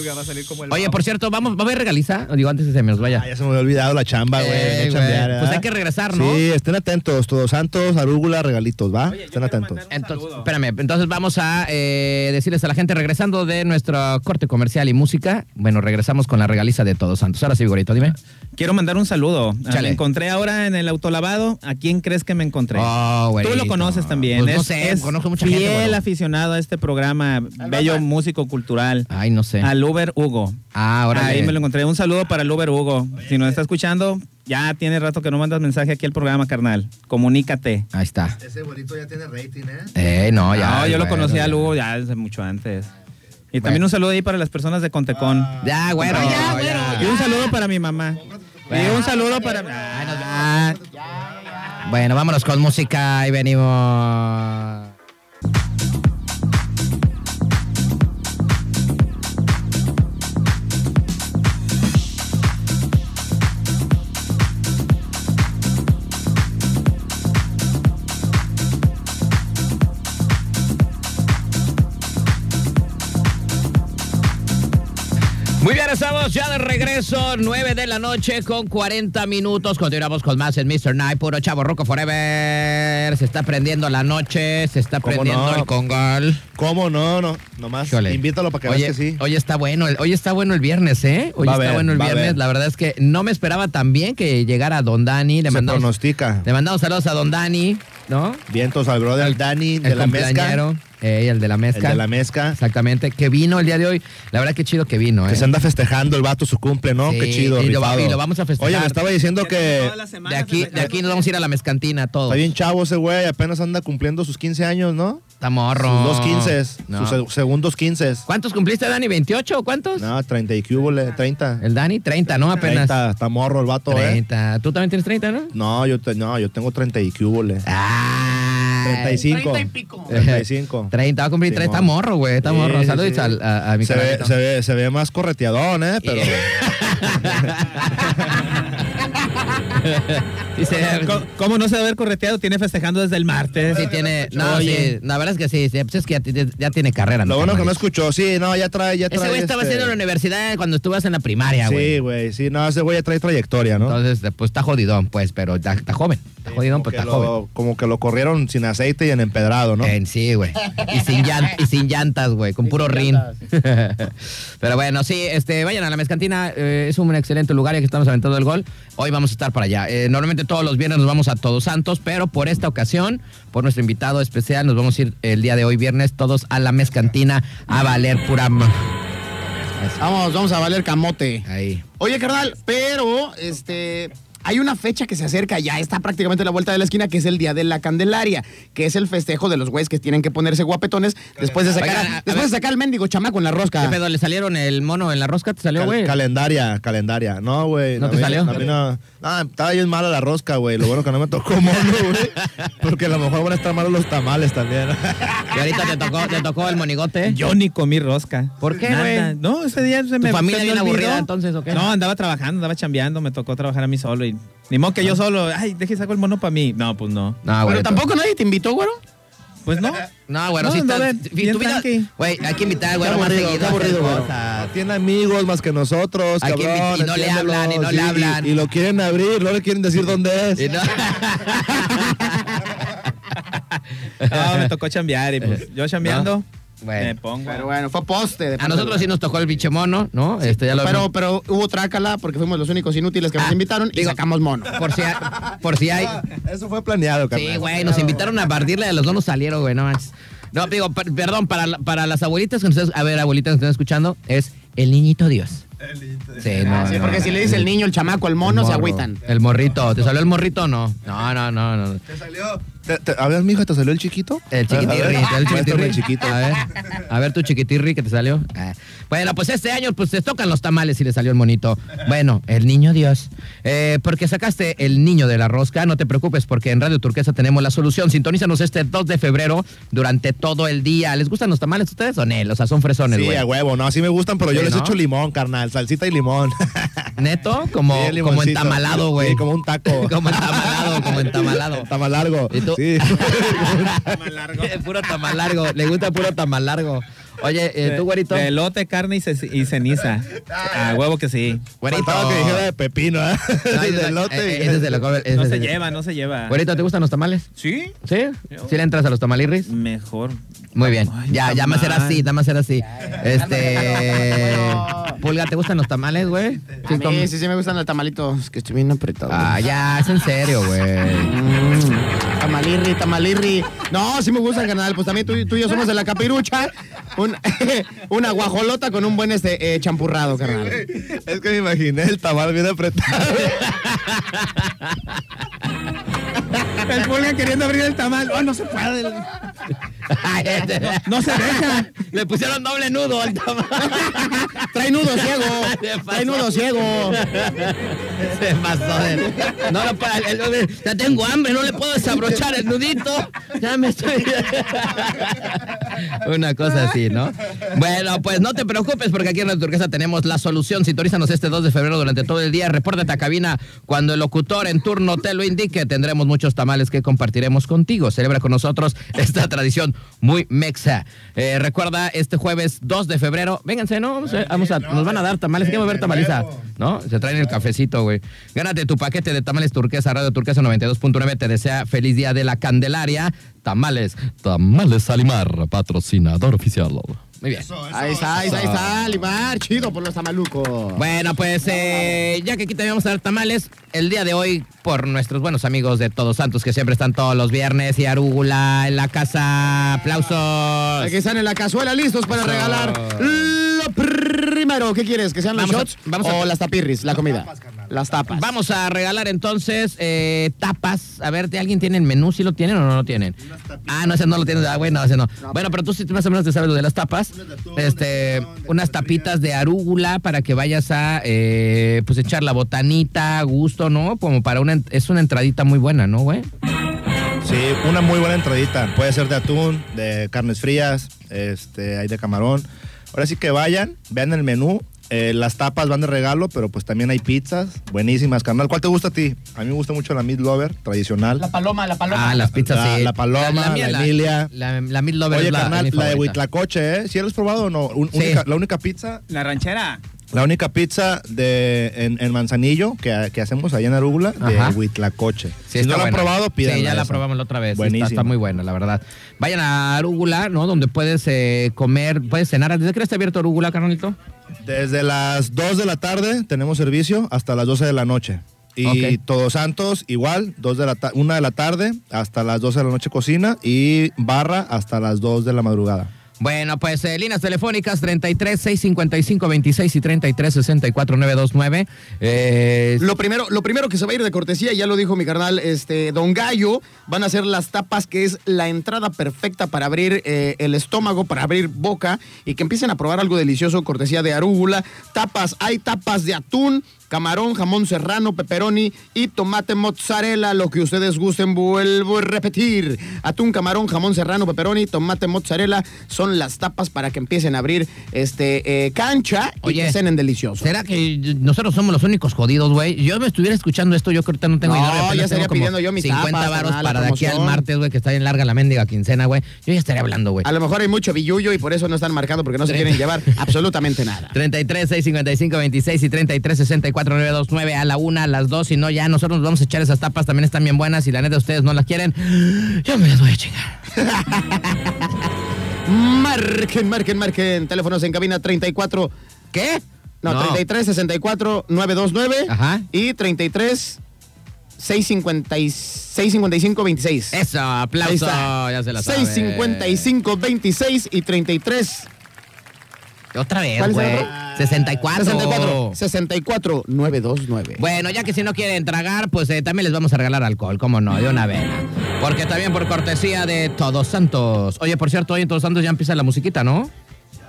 Speaker 1: Oye, por cierto, vamos, ¿va a haber regaliza? Digo, antes que se me nos vaya.
Speaker 3: Ah, ya se me había olvidado la chamba, güey.
Speaker 1: Eh,
Speaker 3: venía a
Speaker 1: güey.
Speaker 3: chambear, ¿verdad?
Speaker 1: Pues hay que regresar, ¿no?
Speaker 3: Sí, estén atentos, todos santos, arúgula, regalitos, ¿va?
Speaker 4: Oye, yo
Speaker 3: estén
Speaker 4: quiero
Speaker 3: atentos.
Speaker 4: mandar un
Speaker 1: Entonces,
Speaker 4: saludo.
Speaker 1: espérame, entonces vamos a eh, decirles a la gente, regresando de nuestro corte comercial y música, bueno, regresamos con la regaliza de Todos Santos. Ahora sí, Vigorito, dime.
Speaker 4: Quiero mandar un saludo. Ah,
Speaker 1: Chale.
Speaker 4: Me encontré ahora en el autolavado. ¿A quién crees que me encontré?
Speaker 1: Oh, güerito.
Speaker 4: Tú lo conoces también.
Speaker 1: Pues no
Speaker 4: Es-
Speaker 1: sé,
Speaker 4: es
Speaker 1: conozco mucha
Speaker 4: fiel
Speaker 1: gente, güero.
Speaker 4: aficionado a este programa, bello músico cultural.
Speaker 1: Ay, no sé.
Speaker 4: Al Uber Hugo.
Speaker 1: Ah, ahora eh.
Speaker 4: Ahí me lo encontré. Un saludo para el Uber Hugo. Si nos está escuchando, ya tiene rato que no mandas mensaje aquí al programa, carnal. Comunícate.
Speaker 1: Ahí está.
Speaker 3: Ese bonito ya tiene rating, ¿eh?
Speaker 1: Eh, no, ya.
Speaker 4: No, yo lo
Speaker 1: güero,
Speaker 4: conocí
Speaker 1: ya.
Speaker 4: al Hugo ya desde mucho antes. Y también
Speaker 1: Bueno. Ah.
Speaker 4: un saludo ahí para las personas de Contecón.
Speaker 1: Ya, güero.
Speaker 4: No,
Speaker 1: ya.
Speaker 4: Y un saludo para mi mamá. Y un saludo para... Ah,
Speaker 1: Bueno, vámonos con música y venimos. Muy bien, estamos ya de regreso, 9 de la noche con 40 minutos. Continuamos con más en Mr. Night, puro chavo roco forever. Se está prendiendo la noche, se está
Speaker 3: ¿Cómo
Speaker 1: prendiendo
Speaker 3: no?
Speaker 1: el congal.
Speaker 3: ¿Cómo no? No, nomás
Speaker 1: Híjole.
Speaker 3: invítalo para que
Speaker 1: Oye,
Speaker 3: veas que sí.
Speaker 1: Hoy está bueno, el, hoy está bueno el viernes, ¿eh? Hoy
Speaker 3: Va a
Speaker 1: está
Speaker 3: ver,
Speaker 1: bueno el
Speaker 3: va a
Speaker 1: viernes.
Speaker 3: ver.
Speaker 1: La verdad es que no me esperaba tan bien que llegara Don Dani. Le
Speaker 3: Se
Speaker 1: mandamos,
Speaker 3: pronostica.
Speaker 1: le mandamos saludos a Don Dani, ¿no?
Speaker 3: Vientos al brother Dani de
Speaker 1: El
Speaker 3: la mezca.
Speaker 1: cumpleañero, eh, el de la
Speaker 3: El
Speaker 1: mezcla.
Speaker 3: de la mezca.
Speaker 1: Exactamente, que vino el día de hoy. La verdad que chido que vino,
Speaker 3: Que
Speaker 1: ¿eh?
Speaker 3: se anda festejando el vato su cumple, ¿no?
Speaker 1: Sí,
Speaker 3: Qué chido,
Speaker 1: y lo va-
Speaker 3: rifado.
Speaker 1: y lo vamos a festejar.
Speaker 3: Oye, me estaba diciendo que
Speaker 4: toda la semana
Speaker 1: De aquí, de aquí nos vamos a ir a la mezcantina todos.
Speaker 3: está bien chavo ese güey, apenas anda cumpliendo sus 15 años, ¿no?
Speaker 1: Está morro.
Speaker 3: Sus dos quinces,
Speaker 1: No.
Speaker 3: sus seg- segundos quinces.
Speaker 1: ¿Cuántos cumpliste, Dani? ¿28 o cuántos?
Speaker 3: No, 30 y que hubo, le- 30.
Speaker 1: El Dani, 30, ¿no? Apenas.
Speaker 3: 30, está morro el vato, ¿eh?
Speaker 1: 30. ¿Tú también tienes 30, no?
Speaker 3: No, yo, te- no, yo tengo 30 y que hubo, le.
Speaker 1: ¡Ah!
Speaker 3: 35.
Speaker 5: 30 y pico.
Speaker 3: 35.
Speaker 1: 30, va a cumplir
Speaker 3: Sí,
Speaker 1: 30. Está
Speaker 3: mon.
Speaker 1: morro, güey. Está
Speaker 3: Sí,
Speaker 1: morro.
Speaker 3: sí,
Speaker 1: Saludos
Speaker 3: sí.
Speaker 1: al- a, a mi
Speaker 3: se, ve,
Speaker 1: carnalito.
Speaker 3: se, ve, se ve más correteadón, ¿eh? Pero
Speaker 1: Sí, se ve-
Speaker 4: ¿Cómo, cómo no se debe haber correteado? Tiene festejando desde el martes.
Speaker 1: sí tiene. No, sí. La verdad es que sí. sí, Pues es que ya, ti- ya tiene carrera.
Speaker 3: lo bueno que no
Speaker 1: Mauricio?
Speaker 3: escuchó. Sí, no, ya trae, ya trae.
Speaker 1: Ese güey estaba
Speaker 3: este-
Speaker 1: haciendo la universidad cuando estuvas en la primaria, güey.
Speaker 3: Sí, güey, sí, no, ese güey ya trae trayectoria, ¿no?
Speaker 1: Entonces, pues está jodidón, pues, pero está, está joven. Está jodidón,
Speaker 3: Como
Speaker 1: pero
Speaker 3: que
Speaker 1: está
Speaker 3: lo-
Speaker 1: joven.
Speaker 3: Como que lo corrieron sin aceite y en empedrado, ¿no?
Speaker 1: En Eh, sí, güey. Y sin, llan- y sin llantas, güey, con puro rin. Pero bueno, sí, este, vayan a la mezcantina, eh, es un excelente lugar ya que estamos aventando el gol. Hoy vamos a estar para allá. Eh, normalmente todos los viernes nos vamos a Todos Santos, pero por esta ocasión, por nuestro invitado especial, nos vamos a ir el día de hoy viernes todos a la mezcantina a valer pura... ma-
Speaker 2: Vamos, vamos a valer camote.
Speaker 1: Ahí.
Speaker 2: Oye, carnal, pero este. Hay una fecha que se acerca, ya está prácticamente a la vuelta de la esquina, que es el Día de la Candelaria, que es el festejo de los güeyes que tienen que ponerse guapetones después de sacar,
Speaker 1: Oigan, a- a
Speaker 2: después
Speaker 1: ver.
Speaker 2: de sacar el mendigo chamaco en la
Speaker 1: ¿Qué
Speaker 2: rosca.
Speaker 1: pedo? ¿Le salieron el mono en la rosca? ¿Te salió,
Speaker 3: Cal-
Speaker 1: güey?
Speaker 3: calendaria, calendaria. No, güey.
Speaker 1: ¿No
Speaker 3: a
Speaker 1: te
Speaker 3: mí-
Speaker 1: salió?
Speaker 3: a mí no. Ah, estaba bien mala la rosca, güey. Lo bueno que no me tocó mono, güey. Porque a lo mejor van a estar malos los tamales también.
Speaker 1: Y ahorita te tocó, te tocó el monigote.
Speaker 4: Yo ni comí rosca.
Speaker 1: ¿Por qué,
Speaker 4: Nada.
Speaker 1: güey?
Speaker 4: No, ese día se me.
Speaker 1: familia
Speaker 4: se me
Speaker 1: bien
Speaker 4: olvidó.
Speaker 1: aburrida, entonces, o qué?
Speaker 4: No, andaba trabajando, andaba chambeando, me tocó trabajar a mí solo y. Ni modo que yo solo. Ay, deje saco el mono para mí. No, pues no.
Speaker 1: Ah. No, Ah, güey.
Speaker 2: pero tampoco nadie te invitó, güero.
Speaker 4: Pues no.
Speaker 1: No, güey, no,
Speaker 4: No,
Speaker 1: sí está.
Speaker 4: andaba
Speaker 1: si
Speaker 4: bien
Speaker 1: tuviera-
Speaker 4: tranqui.
Speaker 1: Güey, hay que invitar al güey
Speaker 3: Está
Speaker 1: más
Speaker 3: aburrido,
Speaker 1: seguido.
Speaker 3: está
Speaker 1: a hacer
Speaker 3: aburrido, güey.
Speaker 1: cosas.
Speaker 3: No tiene amigos más que nosotros,
Speaker 1: Hay que
Speaker 3: cabrón.
Speaker 1: invi- y no le
Speaker 3: entiéndelo.
Speaker 1: hablan, y no le
Speaker 3: Sí,
Speaker 1: hablan.
Speaker 3: Y, lo quieren abrir, no le quieren decir dónde es.
Speaker 1: Y no-
Speaker 4: No, me tocó chambear y pues yo chambeando.
Speaker 1: Bueno.
Speaker 4: Me pongo.
Speaker 2: Pero bueno, fue poste. de
Speaker 1: A nosotros sí nos tocó el biche mono, ¿no? Este, ya lo
Speaker 2: Pero, pero hubo trácala porque fuimos los únicos inútiles que nos
Speaker 1: Ah,
Speaker 2: invitaron y
Speaker 1: digo-
Speaker 2: sacamos mono.
Speaker 1: por si hay, por si hay.
Speaker 3: Ah, Eso fue planeado, carnal.
Speaker 1: Sí, güey, nos invitaron a partirle de los dos nos salieron, güey, no manches. No, digo, per- perdón, para, la- para las abuelitas que nos están, a ver, abuelitas que nos están escuchando, es El niñito Dios. Sí, no,
Speaker 2: Ah, sí,
Speaker 1: no,
Speaker 2: porque
Speaker 1: no.
Speaker 2: si le dice el niño, el chamaco, el mono, se
Speaker 1: morro.
Speaker 2: agüitan.
Speaker 1: El morrito. ¿Te salió el morrito o no? No, no, no, no.
Speaker 3: Te salió. Te, te, a ver, mijo, ¿te salió el chiquito?
Speaker 1: El chiquitirri,
Speaker 3: A ver,
Speaker 1: el
Speaker 3: muéstrame
Speaker 1: chiquitirri.
Speaker 3: el chiquito.
Speaker 1: A ver, a ver tu chiquitirri que te salió. Ah. Bueno, pues este año pues te tocan los tamales y le salió el monito. Bueno, el niño Dios. Eh, porque sacaste el niño de la rosca, no te preocupes porque en Radio Turquesa tenemos la solución. Sintonízanos este 2 de febrero durante todo el día. ¿Les gustan los tamales a ustedes o no? O sea, son fresones,
Speaker 3: Sí,
Speaker 1: güey.
Speaker 3: a huevo, no, así me gustan, pero yo
Speaker 1: Sí,
Speaker 3: les
Speaker 1: ¿no?
Speaker 3: echo limón, carnal, salsita y limón.
Speaker 1: Neto, como,
Speaker 3: Sí, el
Speaker 1: como
Speaker 3: limoncito.
Speaker 1: entamalado, güey.
Speaker 3: Sí, como un taco.
Speaker 1: como entamalado, como entamalado.
Speaker 3: Tamalargo.
Speaker 1: ¿Y tú?
Speaker 3: Sí.
Speaker 1: puro tamalargo. Le gusta puro tamalargo. Oye, eh, tú, güerito. Ah.
Speaker 4: De elote, carne y, ce- y ceniza. A huevo que sí.
Speaker 1: Güerito.
Speaker 3: Faltaba que dijera de pepino, ¿eh?
Speaker 1: No,
Speaker 3: De
Speaker 1: yo no-
Speaker 3: elote.
Speaker 1: eh, eh, ese se lo come- ese
Speaker 4: No
Speaker 1: se-
Speaker 4: se lleva, no se lleva.
Speaker 1: Güerito, ¿te gustan los tamales?
Speaker 4: ¿Sí?
Speaker 1: ¿Sí? ¿Sí le entras a los tamalirris?
Speaker 4: Mejor.
Speaker 1: Muy bien.
Speaker 4: Ay,
Speaker 1: ya, ya más era
Speaker 4: tamal.
Speaker 1: así, ya más era así. Este.
Speaker 2: Bueno.
Speaker 1: Pulga, ¿te gustan los tamales, güey?
Speaker 2: A
Speaker 1: Sí,
Speaker 2: mí
Speaker 1: com-
Speaker 2: sí, sí me gustan los tamalitos, que estoy bien apretado.
Speaker 1: Ah, ya, es en serio, güey.
Speaker 2: Mm, Tamalirri, tamalirri. No, sí me gusta, carnal. Pues también tú, y- tú y yo somos de la capirucha. Un- una guajolota con un buen este, eh, champurrado, carnal.
Speaker 3: Es que me imaginé el tamal bien apretado.
Speaker 4: El pulga queriendo abrir el tamal. Oh, no se puede.
Speaker 1: no se deja. Le pusieron doble nudo al tamal.
Speaker 2: Trae nudo ciego.
Speaker 1: Le pasó.
Speaker 2: Trae nudo ciego.
Speaker 1: Se pasó de... No lo para. el- el- Ya tengo hambre, no le puedo desabrochar el nudito. Ya me estoy. Una cosa así, ¿no? Bueno, pues no te preocupes porque aquí en la turquesa tenemos la solución. Sintonízanos este 2 de febrero durante todo el día. Repórtate a cabina cuando el locutor en turno te lo indique. Tendremos muchos tamales que compartiremos contigo. Celebra con nosotros esta tradición muy mexa. Eh, recuerda, este jueves 2 de febrero, vénganse, ¿no? Vamos a, vamos a- nos van a dar tamales. ¿Qué va a haber tamaliza? ¿No? Se traen el cafecito, güey. Gánate tu paquete de tamales turquesa. Radio Turquesa 92.9 te desea feliz día de la Candelaria. Tamales, Tamales Alimar, patrocinador oficial. Muy bien.
Speaker 2: Ahí está, ahí está, ahí está. Limar, chido por los tamalucos.
Speaker 1: Bueno, pues eh, ya que aquí también vamos a dar tamales, el día de hoy, por nuestros buenos amigos de Todos Santos, que siempre están todos los viernes, y Arúgula en la casa, aplausos.
Speaker 2: Aquí están en la cazuela listos para
Speaker 1: Eso.
Speaker 2: regalar lo primero. ¿Qué quieres? ¿Que sean los
Speaker 1: Vamos a-
Speaker 2: shots
Speaker 1: vamos a-
Speaker 2: o las tapirris, la comida? las tapas.
Speaker 1: Vamos a regalar entonces eh, tapas. A ver, ¿de ¿alguien tiene el menú? ¿Sí lo tienen o no lo tienen? Ah, no, ese no lo tienen. Ah, bueno, ese no. Bueno, pero tú sí más o menos te sabes lo de las tapas. Este, unas tapitas de arúgula para que vayas a eh, pues echar la botanita a gusto, ¿no? Como para una... en- Es una entradita muy buena, ¿no, güey?
Speaker 3: Sí, una muy buena entradita. Puede ser de atún, de carnes frías, este, hay de camarón. Ahora sí que vayan, vean el menú. Eh, las tapas van de regalo, pero pues también hay pizzas buenísimas, carnal. ¿Cuál te gusta a ti? A mí me gusta mucho la Meat Lover tradicional.
Speaker 5: La paloma, la paloma.
Speaker 1: Ah, las pizzas,
Speaker 3: La-
Speaker 1: sí.
Speaker 3: la paloma, la Emilia.
Speaker 1: La, la Meat Lover
Speaker 3: Oye,
Speaker 1: es la,
Speaker 3: carnal,
Speaker 1: es mi
Speaker 3: la de
Speaker 1: favorita.
Speaker 3: Huitlacoche, ¿eh? ¿Sí la has probado o no? Un-
Speaker 1: Sí.
Speaker 3: única- la única pizza
Speaker 4: La ranchera.
Speaker 3: La única pizza de, en, en Manzanillo que, que hacemos allá en Arúgula,
Speaker 1: Ajá.
Speaker 3: de Huitlacoche.
Speaker 1: Sí,
Speaker 3: si
Speaker 1: está
Speaker 3: no la han
Speaker 1: buena.
Speaker 3: probado, pídanla.
Speaker 1: Sí, ya la
Speaker 3: esa.
Speaker 1: probamos la otra vez. Está,
Speaker 3: Buenísima.
Speaker 1: está muy buena, la verdad. Vayan a Arúgula, ¿no? Donde puedes eh, comer, puedes cenar. ¿Desde qué hora está abierto Arúgula, carnalito?
Speaker 3: Desde las 2 de la tarde tenemos servicio hasta las 12 de la noche. Y
Speaker 1: Ok.
Speaker 3: Todos Santos, igual, 2 de la 1 de la tarde hasta las 12 de la noche cocina y barra hasta las 2 de la madrugada.
Speaker 1: Bueno, pues eh, líneas telefónicas 33 655 26 y 33 64 929. Eh,
Speaker 2: Lo primero, lo primero que se va a ir de cortesía, ya lo dijo mi carnal, este, Don Gallo, van a ser las tapas, que es la entrada perfecta para abrir eh, el estómago, para abrir boca y que empiecen a probar algo delicioso, cortesía de arúgula. Tapas, hay tapas de atún, camarón, jamón serrano, pepperoni y tomate mozzarella, lo que ustedes gusten, vuelvo a repetir. Atún, camarón, jamón serrano, pepperoni, tomate mozzarella son las tapas para que empiecen a abrir este eh, cancha y
Speaker 1: Oye.
Speaker 2: que cenen deliciosos.
Speaker 1: ¿Será que nosotros somos los únicos jodidos, güey? Yo me estuviera escuchando esto, yo creo que ahorita no tengo
Speaker 2: No,
Speaker 1: dinero. apenas
Speaker 2: ya
Speaker 1: tengo
Speaker 2: estaría
Speaker 1: como
Speaker 2: pidiendo yo mis
Speaker 1: 50
Speaker 2: tapas,
Speaker 1: varos
Speaker 2: carnal, la
Speaker 1: para de aquí al
Speaker 2: promoción.
Speaker 1: martes, güey, que está bien larga la mendiga quincena, güey. Yo ya estaría hablando, güey.
Speaker 2: A lo mejor hay mucho billuyo y por eso no están marcados porque no se quieren llevar absolutamente nada.
Speaker 1: 33 655 26 y 33 64 929 a la una, a las dos, si no ya nosotros nos vamos a echar esas tapas, también están bien buenas y la neta ustedes no las quieren, yo me las voy a chingar.
Speaker 2: Marquen, marquen, marquen. Teléfonos en cabina 34.
Speaker 1: ¿Qué?
Speaker 2: No, 33 64 929
Speaker 1: Ajá.
Speaker 2: y 33 650 655 26.
Speaker 1: Eso, aplauso,
Speaker 2: Ahí está.
Speaker 1: ya se las
Speaker 2: 655 26 y 33.
Speaker 1: Otra vez,
Speaker 2: ¿Cuál es el
Speaker 1: güey.
Speaker 2: otro?
Speaker 1: 64.
Speaker 2: 64 64 929.
Speaker 1: Bueno, ya que si no quieren tragar, pues eh, también les vamos a regalar alcohol, cómo no, de una vena. Porque también por cortesía de Todos Santos. Oye, por cierto, hoy en Todos Santos ya empieza la musiquita, ¿no?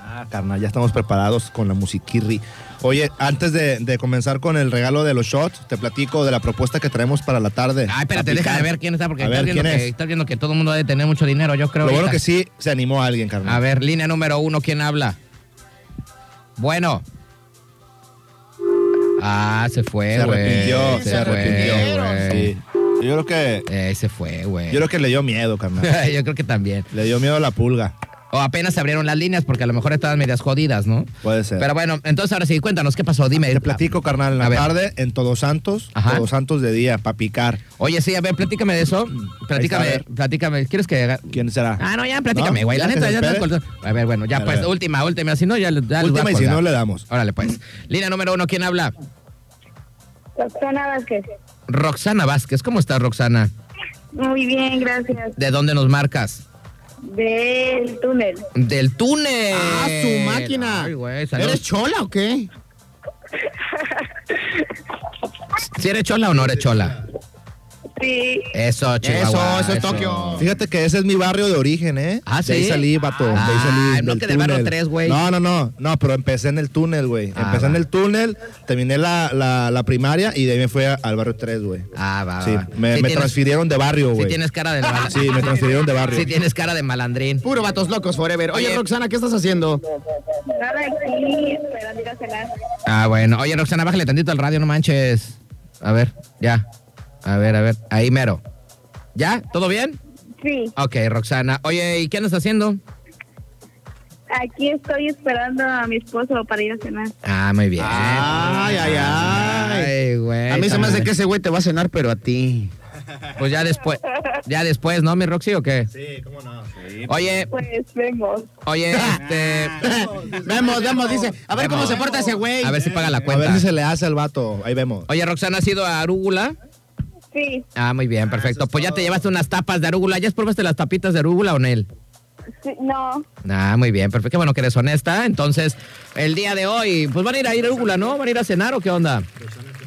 Speaker 3: Ah, carnal, ya estamos preparados con la musiquirri. Oye, antes de, de comenzar con el regalo de los shots, te platico de la propuesta que traemos para la tarde.
Speaker 1: Ay, espérate, deja de ver quién está, porque
Speaker 3: A
Speaker 1: estás,
Speaker 3: ver,
Speaker 1: viendo
Speaker 3: ¿quién
Speaker 1: que,
Speaker 3: es?
Speaker 1: estás viendo que todo el mundo debe tener mucho dinero, yo creo.
Speaker 3: Lo bueno
Speaker 1: ahorita.
Speaker 3: que sí se animó a alguien, carnal.
Speaker 1: A ver, línea número uno, ¿quién habla? Bueno. Ah, se fue,
Speaker 3: Se
Speaker 1: güey.
Speaker 3: arrepintió,
Speaker 1: Se,
Speaker 3: se arrepintió.
Speaker 1: fue, güey.
Speaker 3: Sí. Yo creo que
Speaker 1: Eh, se fue, güey.
Speaker 3: yo creo que le dio miedo, carnal.
Speaker 1: yo creo que también.
Speaker 3: le dio miedo a la pulga.
Speaker 1: O apenas se abrieron las líneas porque a lo mejor estaban medias jodidas, ¿no?
Speaker 3: Puede ser.
Speaker 1: Pero bueno, entonces ahora sí, cuéntanos, ¿qué pasó? Dime.
Speaker 3: te platico, carnal, en
Speaker 1: A
Speaker 3: la
Speaker 1: ver.
Speaker 3: tarde en Todos Santos,
Speaker 1: Ajá.
Speaker 3: Todos Santos de día para picar.
Speaker 1: Oye, sí, a ver, platícame de eso.
Speaker 3: Ahí
Speaker 1: Platícame,
Speaker 3: está, a ver.
Speaker 1: platícame. ¿Quieres que haga?
Speaker 3: ¿Quién será?
Speaker 1: Ah, no, ya, platícame,
Speaker 3: ¿No?
Speaker 1: güey. La
Speaker 3: ¿Ya
Speaker 1: neta,
Speaker 3: que
Speaker 1: ya
Speaker 3: se
Speaker 1: te
Speaker 3: espere?
Speaker 1: A ver, bueno, ya,
Speaker 3: A
Speaker 1: pues,
Speaker 3: ver.
Speaker 1: última, última. Si no, ya, le- ya les voy a
Speaker 3: Última y si
Speaker 1: colgar.
Speaker 3: no le damos.
Speaker 1: Órale, pues. Línea número uno, ¿quién habla?
Speaker 6: Roxana Vázquez.
Speaker 1: Roxana Vázquez. ¿Cómo estás, Roxana?
Speaker 6: Muy bien, gracias.
Speaker 1: ¿De dónde nos marcas?
Speaker 6: Del túnel.
Speaker 1: Del túnel.
Speaker 2: ¡Ah, su máquina!
Speaker 1: Ay, güey, saludos.
Speaker 2: ¿Eres chola o qué?
Speaker 1: ¿Sí eres chola o no eres chola?
Speaker 6: Sí.
Speaker 1: Eso, Chihuahua.
Speaker 2: Eso, eso es Tokio.
Speaker 3: Fíjate que ese es mi barrio de origen, ¿eh?
Speaker 1: Ah,
Speaker 3: De ahí
Speaker 1: ¿sí?
Speaker 3: salí, vato. de ahí
Speaker 1: Ah,
Speaker 3: salí.
Speaker 1: no
Speaker 3: del
Speaker 1: que de barrio
Speaker 3: túnel.
Speaker 1: tres, güey.
Speaker 3: No, no, no. No, pero empecé en el túnel, güey.
Speaker 1: Ah,
Speaker 3: empecé en
Speaker 1: va.
Speaker 3: el túnel, terminé la, la, la primaria y de ahí me fui a- al barrio 3, güey.
Speaker 1: Ah, va, va,
Speaker 3: Sí,
Speaker 1: va.
Speaker 3: me,
Speaker 1: Sí
Speaker 3: me
Speaker 1: tienes-
Speaker 3: transfirieron de barrio,
Speaker 1: Sí
Speaker 3: güey.
Speaker 1: tienes cara de
Speaker 3: Sí,
Speaker 1: malandrín.
Speaker 3: me transfirieron de barrio.
Speaker 1: Sí tienes cara de malandrín.
Speaker 2: Puro vatos locos forever. Oye,
Speaker 1: Oye.
Speaker 2: Roxana, ¿qué estás haciendo?
Speaker 6: Nada aquí, esperando ir a cenar.
Speaker 1: Ah, bueno. Oye, Roxana, bájale tantito al radio, no manches. A ver, ya. A ver, a ver. Ahí mero. ¿Ya? ¿Todo bien?
Speaker 6: Sí,
Speaker 1: Ok, Roxana. Oye, ¿y qué andas haciendo?
Speaker 6: aquí estoy esperando a mi esposo para ir a cenar.
Speaker 1: Ah, muy bien.
Speaker 2: Ay, ay, ay.
Speaker 1: Ay, güey.
Speaker 2: A mí se me hace
Speaker 1: también.
Speaker 2: que ese güey te va a cenar, pero a ti.
Speaker 1: Pues ya después. Ya después, ¿no, mi Roxy, o qué?
Speaker 3: Sí, cómo no.
Speaker 1: Oye,
Speaker 6: Pues vemos.
Speaker 1: oye, este.
Speaker 2: vemos, vemos, dice. Ah. A ver cómo se porta ese güey.
Speaker 1: A ver si paga la
Speaker 3: A ver
Speaker 1: cuenta.
Speaker 3: si se le hace al vato. Ahí vemos.
Speaker 1: Oye, Roxana, ¿has ido a Arúgula?
Speaker 6: Sí,
Speaker 1: Ah, muy bien, perfecto. Pues ya te llevaste unas tapas de Arúgula. ¿Ya probaste las tapitas de Arúgula o Nel?
Speaker 6: sí, no.
Speaker 1: Ah, muy bien, perfecto. Qué bueno que eres honesta. Entonces, el día de hoy, pues van a ir a ir a Úrgula, ¿no? ¿Van a ir a cenar o qué onda?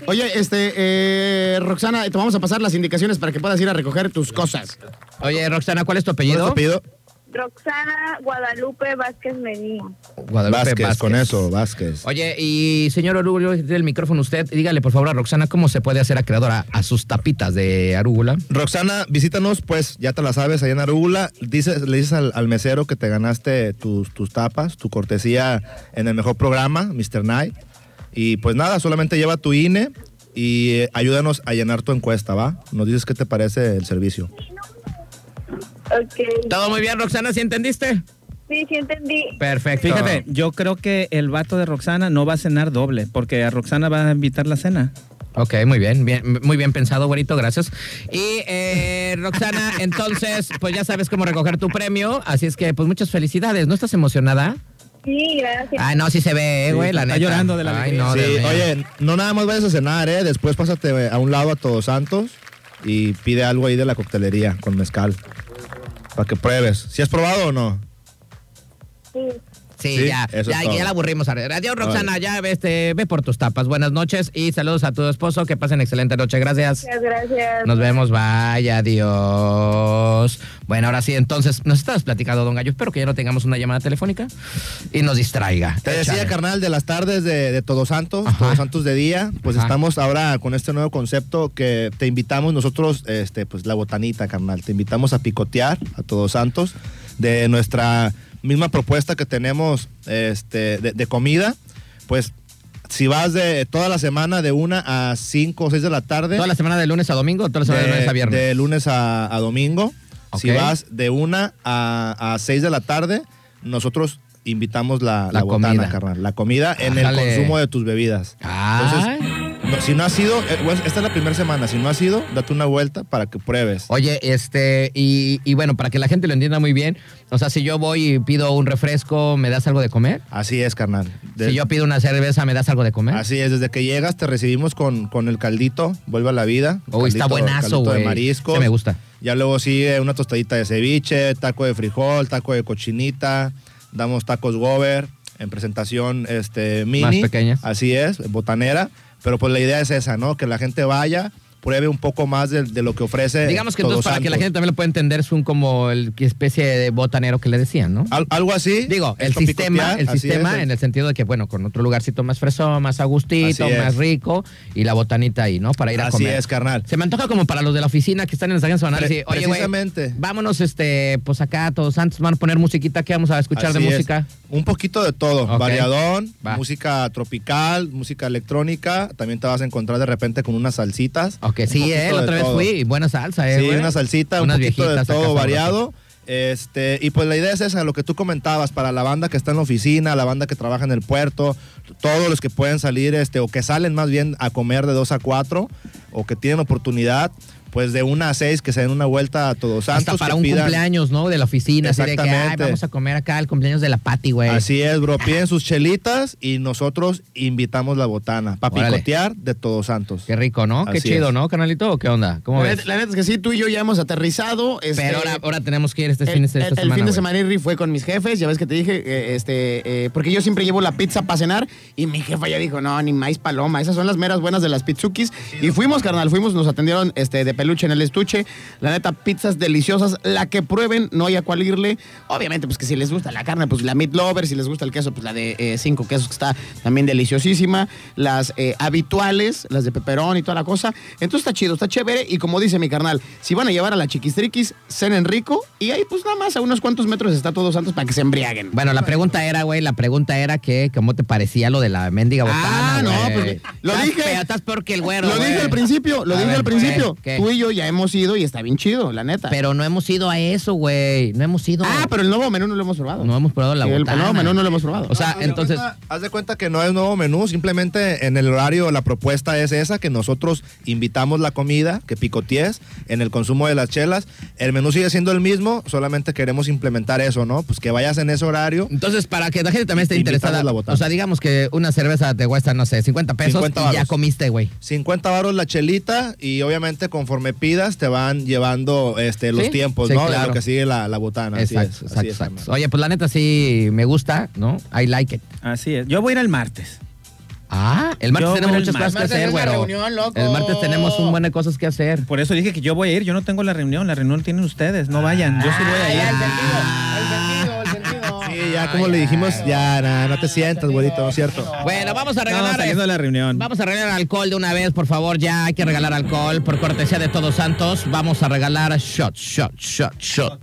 Speaker 2: Oye, este, eh, Roxana, te vamos a pasar las indicaciones para que puedas ir a recoger tus cosas.
Speaker 1: Oye, Roxana, ¿cuál es tu
Speaker 3: ¿Cuál es tu
Speaker 1: apellido?
Speaker 3: apellido?
Speaker 6: Roxana Guadalupe Vázquez Medina.
Speaker 1: Guadalupe
Speaker 3: Vázquez, con eso, Vázquez.
Speaker 1: Oye, y señor Arúgula, tiene el micrófono usted. Y dígale, por favor, a Roxana, ¿cómo se puede hacer acreedora a sus tapitas de Arúgula?
Speaker 3: Roxana, visítanos, pues ya te la sabes, allá en Arugula. Dices, le dices al, al mesero que te ganaste tus, tus tapas, tu cortesía en el mejor programa, Mr. Night. Y pues nada, solamente lleva tu INE y eh, ayúdanos a llenar tu encuesta, ¿va? Nos dices qué te parece el servicio.
Speaker 6: Ok.
Speaker 1: Todo muy bien, Roxana, ¿sí entendiste?
Speaker 6: Sí, sí entendí.
Speaker 1: Perfecto.
Speaker 4: Fíjate, yo creo que el vato de Roxana no va a cenar doble, porque a Roxana va a invitar la cena.
Speaker 1: Ok, muy bien, bien, muy bien pensado, güerito, gracias. Y eh, Roxana, entonces, pues ya sabes cómo recoger tu premio, así es que, pues muchas felicidades. ¿No estás emocionada?
Speaker 6: Sí, gracias.
Speaker 1: Ah, no, sí se ve, eh,
Speaker 4: Sí,
Speaker 1: güey, la
Speaker 4: está
Speaker 1: neta.
Speaker 4: llorando de la
Speaker 1: Ay,
Speaker 4: alegría.
Speaker 1: no,
Speaker 3: sí,
Speaker 1: Dios mío.
Speaker 3: oye, no nada más vayas a cenar, ¿eh? Después pásate eh, a un lado a Todos Santos y pide algo ahí de la coctelería con mezcal. Para que pruebes. ¿Si has probado o no?
Speaker 6: Sí.
Speaker 1: Sí,
Speaker 3: sí,
Speaker 1: ya,
Speaker 3: eso es
Speaker 1: ya,
Speaker 3: todo.
Speaker 1: ya la aburrimos. Adiós, Roxana,
Speaker 3: Vale.
Speaker 1: ya ve, este, ve por tus tapas. Buenas noches y saludos a tu esposo, que pasen excelente noche, gracias.
Speaker 6: Muchas gracias.
Speaker 1: Nos vemos, vaya, adiós. Bueno, ahora sí, entonces, nos estabas platicando, don Gallo, espero que ya no tengamos una llamada telefónica y nos distraiga.
Speaker 3: Te decía,
Speaker 1: Échale.
Speaker 3: carnal, de las tardes de, de Todos Santos,
Speaker 1: Ajá.
Speaker 3: Todos Santos de día, pues
Speaker 1: Ajá.
Speaker 3: estamos ahora con este nuevo concepto que te invitamos nosotros, este, pues la botanita, carnal, te invitamos a picotear a Todos Santos de nuestra misma propuesta que tenemos este, de, de comida, pues si vas de toda la semana de una a 5 o 6 de la tarde,
Speaker 1: ¿Toda la semana de lunes a domingo o toda la semana de,
Speaker 3: de,
Speaker 1: lunes a viernes?
Speaker 3: de lunes a, a domingo.
Speaker 1: Ok.
Speaker 3: Si vas de 1 a 6 de la tarde, nosotros invitamos la,
Speaker 1: La
Speaker 3: la botana,
Speaker 1: comida.
Speaker 3: carnal. La comida en el
Speaker 1: Ájale.
Speaker 3: consumo de tus bebidas.
Speaker 1: Ah.
Speaker 3: Entonces, no, si no has sido, esta es la primera semana, si no has sido, date una vuelta para que pruebes.
Speaker 1: Oye, este, y, y bueno, para que la gente lo entienda muy bien, o sea, si yo voy y pido un refresco, ¿me das algo de comer?
Speaker 3: Así es, carnal. De-
Speaker 1: Si yo pido una cerveza, ¿me das algo de comer?
Speaker 3: Así es, desde que llegas te recibimos con, con el caldito, vuelve a la vida.
Speaker 1: Uy, está
Speaker 3: Caldito-
Speaker 1: buenazo,
Speaker 3: caldito de
Speaker 1: güey.
Speaker 3: marisco.
Speaker 1: Se me gusta.
Speaker 3: Ya luego sigue una tostadita de ceviche, taco de frijol, taco de cochinita, damos tacos gober, en presentación este, mini.
Speaker 1: Más pequeñas.
Speaker 3: Así es, botanera. Pero pues la idea es esa, ¿no? Que la gente vaya, pruebe un poco más de, de lo que ofrece.
Speaker 1: Digamos que
Speaker 3: Todos
Speaker 1: entonces, para que la
Speaker 3: Santos.
Speaker 1: gente también lo pueda entender, es un como el que especie de botanero que le decían, ¿no?
Speaker 3: Al- algo así.
Speaker 1: Digo, el
Speaker 3: esto
Speaker 1: sistema,
Speaker 3: picotear,
Speaker 1: el
Speaker 3: así
Speaker 1: sistema
Speaker 3: es, eh.
Speaker 1: en el sentido de que, bueno, con otro lugarcito más fresón, más a gustito,
Speaker 3: Así es.
Speaker 1: más rico, y la botanita ahí, ¿no? Para ir a
Speaker 3: Así
Speaker 1: comer.
Speaker 3: es, carnal.
Speaker 1: Se me antoja como para los de la oficina que están en el Sagan Semanal,
Speaker 3: Pre-
Speaker 1: decir, oye, güey,
Speaker 3: precisamente.
Speaker 1: vámonos, este, pues acá a todos santos, van a poner musiquita, ¿qué vamos a escuchar de
Speaker 3: Así es.
Speaker 1: música?
Speaker 3: Un poquito de todo.
Speaker 1: Ok.
Speaker 3: Variadón,
Speaker 1: Va.
Speaker 3: música tropical, música electrónica. También te vas a encontrar de repente con unas salsitas.
Speaker 1: Ok,
Speaker 3: Un
Speaker 1: sí,
Speaker 3: poquito
Speaker 1: eh, la
Speaker 3: de
Speaker 1: otra vez
Speaker 3: todo.
Speaker 1: fui, y buena salsa, eh,
Speaker 3: Sí,
Speaker 1: güey.
Speaker 3: una salsita,
Speaker 1: Unas
Speaker 3: un poquito de
Speaker 1: viejitas acá
Speaker 3: todo
Speaker 1: sabrosas.
Speaker 3: variado. Este, y pues la idea es esa, lo que tú comentabas, para la banda que está en la oficina, la banda que trabaja en el puerto, todos los que pueden salir, este, o que salen más bien a comer de 2 a 4, o que tienen oportunidad, pues de 1 a 6, que se den una vuelta a Todos Santos.
Speaker 1: Hasta para
Speaker 3: que
Speaker 1: un
Speaker 3: pidan-
Speaker 1: cumpleaños, ¿no? De la oficina, así de que, ay,
Speaker 3: Exactamente.
Speaker 1: vamos a comer acá el cumpleaños de la Pati, güey.
Speaker 3: Así es, bro. Piden sus chelitas y nosotros invitamos la botana para
Speaker 1: Órale.
Speaker 3: picotear de Todos Santos.
Speaker 1: Qué rico, ¿no? Qué
Speaker 3: Así
Speaker 1: chido,
Speaker 3: es. Eh,
Speaker 1: ¿no, canalito? ¿O qué onda? ¿Cómo
Speaker 2: La
Speaker 1: ves?
Speaker 2: neta, la neta es que sí, tú y yo ya hemos aterrizado. este,
Speaker 1: Pero ahora, ahora tenemos que ir este
Speaker 2: el,
Speaker 1: fin de esta
Speaker 2: el- el
Speaker 1: semana.
Speaker 2: fin de
Speaker 1: güey.
Speaker 2: semana Irri fue con mis jefes, ya ves que te dije, eh, este, eh, porque yo siempre llevo la pizza para cenar y mi jefa ya dijo, no, ni maíz paloma, esas son las meras buenas de las pizzukis. Y fuimos, carnal, fuimos, nos atendieron este, de peluche en el estuche, la neta, pizzas deliciosas, la que prueben, no hay a cuál irle. Obviamente, pues que si les gusta la carne, pues la meat lover, si les gusta el queso, pues la de eh, cinco quesos, que está también deliciosísima, las eh, habituales, las de peperón y toda la cosa. Entonces está chido, está chévere y como dice mi carnal, si van a llevar a la chiquistriquis, cenen rico y ahí pues nada más a unos cuantos metros está Todos Santos para que se embriaguen.
Speaker 1: Bueno, la pregunta era, güey, la pregunta era que cómo te parecía lo de la mendiga botana,
Speaker 2: Ah, no,
Speaker 1: güey.
Speaker 2: pues, lo
Speaker 1: Estás
Speaker 2: dije.
Speaker 1: fea, estás peor que el güero,
Speaker 2: lo
Speaker 1: güey.
Speaker 2: dije al principio, lo
Speaker 1: A
Speaker 2: dije
Speaker 1: ver,
Speaker 2: al principio.
Speaker 1: ¿qué? ¿Qué?
Speaker 2: Tú y yo ya hemos ido y está bien chido, la neta.
Speaker 1: Pero no hemos ido a eso, güey. No hemos ido.
Speaker 2: ah, pero el nuevo menú no lo hemos probado.
Speaker 1: No hemos probado la
Speaker 2: Sí, el-
Speaker 1: botana.
Speaker 2: El nuevo menú no lo hemos probado.
Speaker 1: O sea,
Speaker 3: Haz de
Speaker 1: entonces-
Speaker 3: cuenta- haz de cuenta que no es nuevo menú, simplemente en el horario la propuesta es esa, que nosotros invitamos la comida, que picotees, en el consumo de las chelas. El menú sigue siendo el mismo, solamente queremos implementar eso, ¿no? Pues que vayas en ese horario.
Speaker 1: Entonces, para que la gente también esté
Speaker 3: Invitamos
Speaker 1: interesada,
Speaker 3: la botana.
Speaker 1: o sea, digamos que una cerveza te cuesta, no sé, 50 pesos
Speaker 3: 50
Speaker 1: y ya
Speaker 3: varos.
Speaker 1: comiste, güey.
Speaker 3: 50 varos la chelita y obviamente conforme pidas te van llevando este, los
Speaker 1: Sí,
Speaker 3: tiempos,
Speaker 1: sí,
Speaker 3: ¿no? De
Speaker 1: claro.
Speaker 3: lo que sigue la, la botana. así
Speaker 1: Exacto,
Speaker 3: es, así
Speaker 1: exacto,
Speaker 3: es,
Speaker 1: exacto.
Speaker 3: hermano.
Speaker 1: Oye, pues la neta sí me gusta, ¿no? I like it.
Speaker 4: Así es. Yo voy a ir el martes.
Speaker 1: Ah, el martes
Speaker 4: Yo
Speaker 1: tenemos
Speaker 4: voy el
Speaker 1: muchas cosas que
Speaker 4: martes.
Speaker 1: hacer,
Speaker 5: Martes es la
Speaker 1: güero.
Speaker 5: reunión, loco.
Speaker 1: El martes tenemos un buen de cosas que hacer.
Speaker 4: Por eso dije que yo voy a ir. Yo no tengo la reunión. La reunión tienen ustedes. No vayan. Yo sí voy a
Speaker 5: Ah,
Speaker 4: ir.
Speaker 5: ya, el sentido, el sentido, el sentido.
Speaker 3: Sí, ya como le dijimos, ya, na, no te sientas, güerito, ¿no es cierto?
Speaker 1: Bueno, vamos a
Speaker 4: No,
Speaker 1: regalar.
Speaker 4: saliendo de la reunión.
Speaker 1: Vamos a regalar alcohol de una vez, por favor, ya hay que regalar alcohol por cortesía de Todos Santos. Vamos a regalar shot, shot, shot, shot.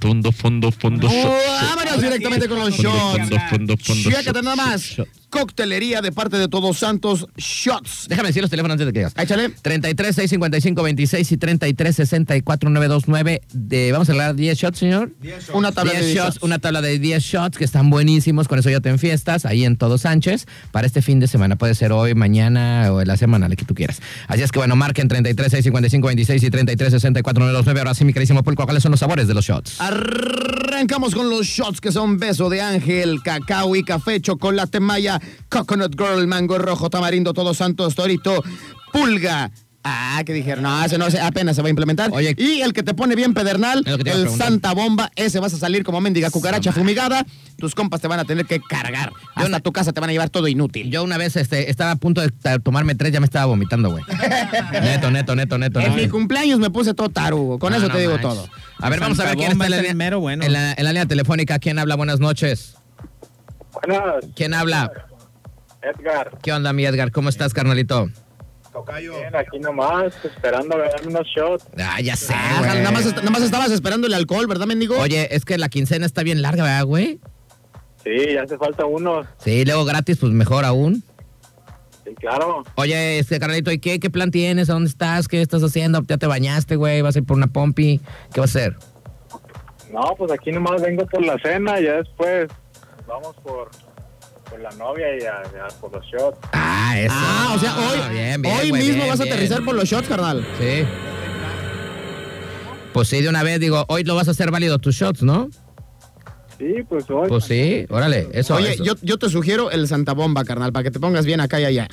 Speaker 7: Fondo, fondo, fondo,
Speaker 2: Vámonos directamente con los shots.
Speaker 7: fondo, fondo, fondo,
Speaker 2: Chécate nada más. Coctelería de parte de Todos Santos Shots.
Speaker 1: Déjame decir los teléfonos antes de que digas.
Speaker 2: Échale.
Speaker 1: 33 655 26 y 33 64 929 de vamos a regalar 10 shots, señor.
Speaker 2: Una tabla
Speaker 1: 10
Speaker 2: de
Speaker 1: shots,
Speaker 2: shots.
Speaker 1: una tabla de 10 shots que están buenísimos, con eso ya te enfiestas, ahí en Todos Sánchez, para este fin de semana, puede ser hoy, mañana o en la semana, la que tú quieras. Así es que bueno, marquen 33 655 26 y 33 64 929. Ahora sí, mi queridísimo pulco, ¿cuáles son los sabores de los shots?
Speaker 2: Ah, Arrancamos con los shots que son beso de ángel, cacao y café, chocolate maya, coconut girl, mango rojo, tamarindo, todos santos, torito, pulga. Ah, que dijeron, no, ese no, ese apenas se va a implementar.
Speaker 1: Oye.
Speaker 2: y el que te pone bien pedernal,
Speaker 1: Es lo que te iba a
Speaker 2: el
Speaker 1: preguntar.
Speaker 2: Santa Bomba, ese vas a salir como mendiga cucaracha fumigada, tus compas te van a tener que cargar. Hasta
Speaker 1: no-
Speaker 2: tu casa te van a llevar todo inútil.
Speaker 1: Yo una vez este, estaba a punto de ta- tomarme tres, ya me estaba vomitando, güey. Neto, neto, neto, neto.
Speaker 2: en
Speaker 1: no.
Speaker 2: mi cumpleaños me puse todo tarugo, con
Speaker 1: No,
Speaker 2: eso
Speaker 1: Ah, no
Speaker 2: te digo
Speaker 1: manches.
Speaker 2: todo.
Speaker 1: A ver, vamos a ver
Speaker 4: Santa
Speaker 1: quién está
Speaker 4: Bomba
Speaker 1: en la,
Speaker 4: es el
Speaker 1: línea-
Speaker 4: mero bueno.
Speaker 1: en la- en la línea telefónica. ¿Quién habla? Buenas noches.
Speaker 8: Buenas,
Speaker 1: ¿Quién habla?
Speaker 8: Edgar.
Speaker 1: ¿Qué onda, mi Edgar? ¿Cómo estás, carnalito?
Speaker 8: Bien, aquí nomás, esperando a ver unos shots.
Speaker 1: Ah, ya sé,
Speaker 2: Ah,
Speaker 1: güey.
Speaker 2: nada, más, est- nada más estabas esperando el alcohol, ¿verdad, mendigo?
Speaker 1: Oye, es que la quincena está bien larga, ¿verdad, güey?
Speaker 8: Sí, ya hace falta unos.
Speaker 1: Sí, luego gratis, pues mejor aún.
Speaker 8: Sí, claro.
Speaker 1: Oye, este carnalito, ¿y qué, qué plan tienes? ¿A dónde estás? ¿Qué estás haciendo? ¿Ya te bañaste, güey? ¿Vas a ir por una pompi? ¿Qué vas a hacer?
Speaker 8: No, pues aquí nomás vengo por la cena, ya después vamos por, por la novia y a, a por los shots.
Speaker 1: Ah, eso.
Speaker 2: Ah, o sea, hoy,
Speaker 1: Bien, bien,
Speaker 2: hoy
Speaker 1: güey,
Speaker 2: mismo
Speaker 1: bien,
Speaker 2: vas a
Speaker 1: bien.
Speaker 2: aterrizar por los shots, carnal.
Speaker 1: Sí. Pues sí, de una vez digo, hoy lo vas a hacer válido tus shots, ¿no?
Speaker 8: Sí, pues hoy.
Speaker 1: Pues sí, órale, eso.
Speaker 2: Oye,
Speaker 1: eso.
Speaker 2: Yo, yo te sugiero el Santa Bomba, carnal, para que te pongas bien acá y allá.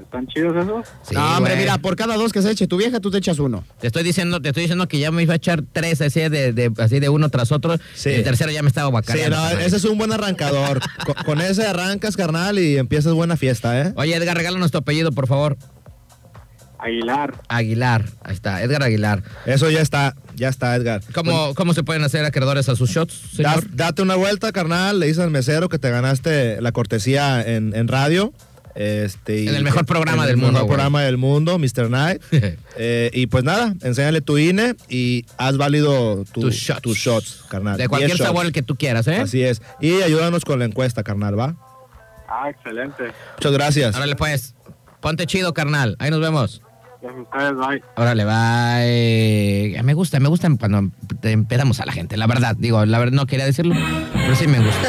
Speaker 8: ¿Están chidos esos?
Speaker 1: Sí,
Speaker 2: no, hombre,
Speaker 1: güey.
Speaker 2: mira, por cada dos que se eche tu vieja, tú te echas uno.
Speaker 1: Te estoy diciendo, te estoy diciendo que ya me iba a echar tres así de, de- así de uno tras otro.
Speaker 3: Sí.
Speaker 1: Y el tercero ya me estaba
Speaker 3: Sí,
Speaker 1: guacareando.
Speaker 3: no, ese es un buen arrancador. con, con ese arrancas, carnal, y empiezas buena fiesta, ¿eh?
Speaker 1: Oye, Edgar, regálanos tu apellido, por favor.
Speaker 8: Aguilar.
Speaker 1: Aguilar. Ahí está, Edgar Aguilar.
Speaker 3: Eso ya está, ya está, Edgar.
Speaker 1: ¿Cómo, cómo se pueden hacer acreedores a sus shots, señor?
Speaker 3: Pues- Das- date una vuelta, carnal, le dices al mesero que te ganaste la cortesía en, en radio. Este, y-
Speaker 1: En el mejor programa
Speaker 3: en
Speaker 1: del mundo,
Speaker 3: El mejor
Speaker 1: güey.
Speaker 3: programa del mundo, Mr. Knight. Eh, y pues nada, enséñale tu INE y haz válido tu-
Speaker 1: Tus shots.
Speaker 3: tus shots, carnal.
Speaker 1: De cualquier
Speaker 3: 10 shots.
Speaker 1: sabor el que tú quieras, ¿eh?
Speaker 3: Así es. Y ayúdanos con la encuesta, carnal, ¿va?
Speaker 8: Ah, excelente.
Speaker 3: Muchas gracias.
Speaker 1: Órale, pues. Ponte chido, carnal. Ahí nos vemos.
Speaker 8: Gracias a ustedes, bye.
Speaker 1: Órale, bye. Eh, Me gusta, me gusta cuando te empedamos a la gente, la verdad. Digo, la verdad no quería decirlo, pero sí me gusta.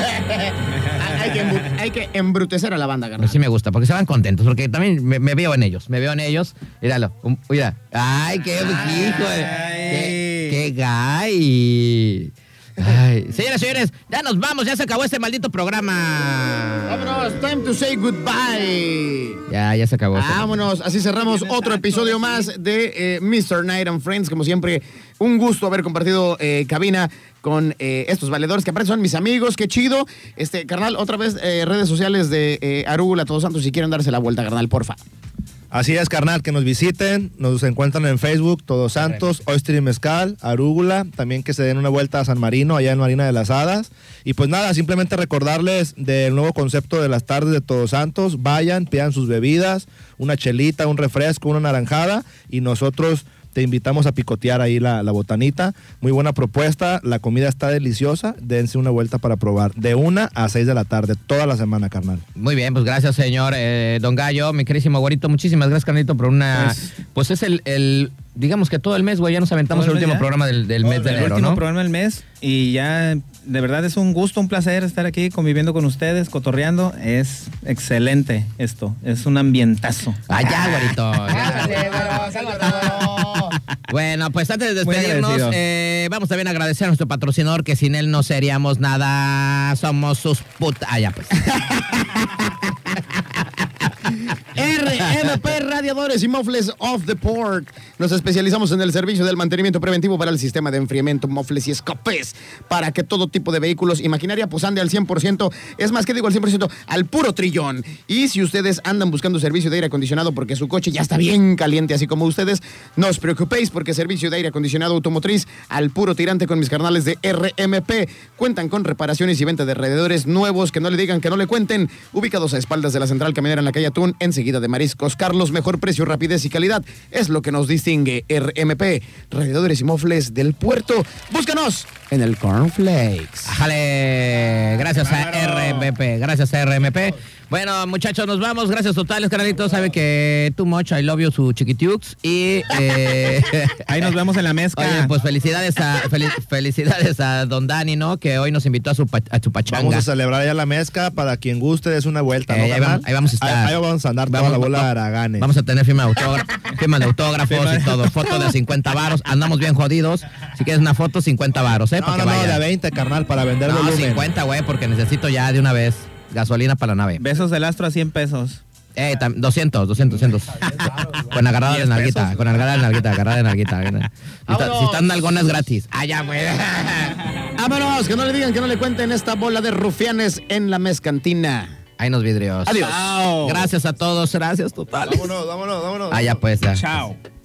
Speaker 2: hay, que embru- hay que embrutecer a la banda,
Speaker 1: Pero
Speaker 2: carnal.
Speaker 1: sí me gusta, porque se van contentos, porque también me, me veo en ellos, me veo en ellos. Míralo, un- mira. Ay, qué hijo de- Qué, qué gay. Ay. Señoras, señores, ya nos vamos, ya se acabó este maldito programa.
Speaker 2: Vámonos, time to say goodbye.
Speaker 1: Ya, ya se acabó. este
Speaker 4: Ah.
Speaker 1: programa.
Speaker 2: Vámonos, así cerramos otro episodio más de eh, Mr. Night and Friends. Como siempre, un gusto haber compartido eh, cabina con eh, estos valedores que aparte son mis amigos, qué chido. Este, carnal, otra vez eh, redes sociales de eh, Arúgula Todos Santos si quieren darse la vuelta, carnal, porfa.
Speaker 3: Así es, carnal, que nos visiten, nos encuentran en Facebook, Todos Santos, Oyster y Mezcal, Arúgula, también que se den una vuelta a San Marino, allá en Marina de las Hadas. Y pues nada, simplemente recordarles del nuevo concepto de las tardes de Todos Santos, vayan, pidan sus bebidas, una chelita, un refresco, una naranjada, y nosotros te invitamos a picotear ahí la, la botanita. Muy buena propuesta, la comida está deliciosa, dense una vuelta para probar, de una a 6 de la tarde, toda la semana, carnal.
Speaker 1: Muy bien, pues gracias, señor eh, Don Gallo, mi querísimo güerito. Muchísimas gracias, Carnito, por una. Pues, es el, el- Digamos que todo el mes, güey, ya nos aventamos el
Speaker 4: Todo el mes
Speaker 1: último
Speaker 4: ya.
Speaker 1: programa del, del
Speaker 4: Todo
Speaker 1: mes de
Speaker 4: el
Speaker 1: enero,
Speaker 4: último
Speaker 1: ¿no?
Speaker 4: programa del mes y ya de verdad es un gusto, un placer estar aquí conviviendo con ustedes, cotorreando. Es excelente esto, es un ambientazo.
Speaker 1: Allá, güerito.
Speaker 5: Ándale,
Speaker 1: ya.
Speaker 5: güero, sálvate, güero.
Speaker 1: bueno, pues antes de
Speaker 4: Muy
Speaker 1: despedirnos,
Speaker 4: agradecido.
Speaker 1: eh, vamos también a agradecer a nuestro patrocinador, que sin él no seríamos nada. Somos sus putas. Allá, pues.
Speaker 2: RMP Radiadores y Mofles of the Port. Nos especializamos en el servicio del mantenimiento preventivo para el sistema de enfriamiento, mofles y escapes, para que todo tipo de vehículos y maquinaria pues ande al 100%, es más que digo al 100%, al puro trillón. Y si ustedes andan buscando servicio de aire acondicionado porque su coche ya está bien caliente, así como ustedes, no os preocupéis porque servicio de aire acondicionado automotriz al puro tirante con mis carnales de RMP. Cuentan con reparaciones y venta de alrededores nuevos que no le digan, que no le cuenten. Ubicados a espaldas de la central caminera en la calle Atún, enseguida de Mariscos Carlos, mejor precio, rapidez y calidad es lo que nos distingue RMP. Radiadores y mofles del puerto. Búscanos en el Cornflakes.
Speaker 1: Jale, gracias a
Speaker 3: Claro.
Speaker 1: RMP, gracias a RMP. Bueno, muchachos, nos vamos. Gracias totales, canalitos. Sabe que too much, I love you, su chiquitiux. Y eh,
Speaker 4: Ahí nos vemos en la mezcla.
Speaker 1: Oye, pues felicidades a fel- felicidades a Don Dani, ¿no? Que hoy nos invitó a su pa- a su pachanga.
Speaker 3: Vamos a celebrar ya la mezcla para quien guste, des una vuelta.
Speaker 1: Eh,
Speaker 3: ¿no,
Speaker 1: ahí, vamos,
Speaker 3: carnal?
Speaker 1: ahí vamos a estar.
Speaker 3: Ahí, ahí vamos a andar toda la bola de Araganes.
Speaker 1: Vamos a tener firma de autógrafos, firma de autógrafos y todo. Foto de 50 varos. Andamos bien jodidos. Si quieres una foto, 50 varos, ¿eh?
Speaker 3: no,
Speaker 1: para
Speaker 3: no,
Speaker 1: que
Speaker 3: no,
Speaker 1: vayan.
Speaker 3: de 20, carnal, para vender
Speaker 1: No,
Speaker 3: volumen.
Speaker 1: 50, güey, porque necesito ya de una vez gasolina para la nave.
Speaker 4: Besos del astro a 100 pesos.
Speaker 1: Eh, tam- 200, 200, 200. con agarrada de nalguita, con agarrada de nalguita, agarrada de nalguita. Si, está- si están nalgonas gratis. Ah, ya, güey.
Speaker 2: Vámonos, que no le digan, que no le cuenten esta bola de rufianes en la mezcantina.
Speaker 1: Ahí nos vidrios.
Speaker 2: Adiós.
Speaker 1: Gracias a todos, gracias total.
Speaker 3: Vámonos, vámonos, vámonos.
Speaker 1: Ah, ya pues. ya.
Speaker 4: Chao.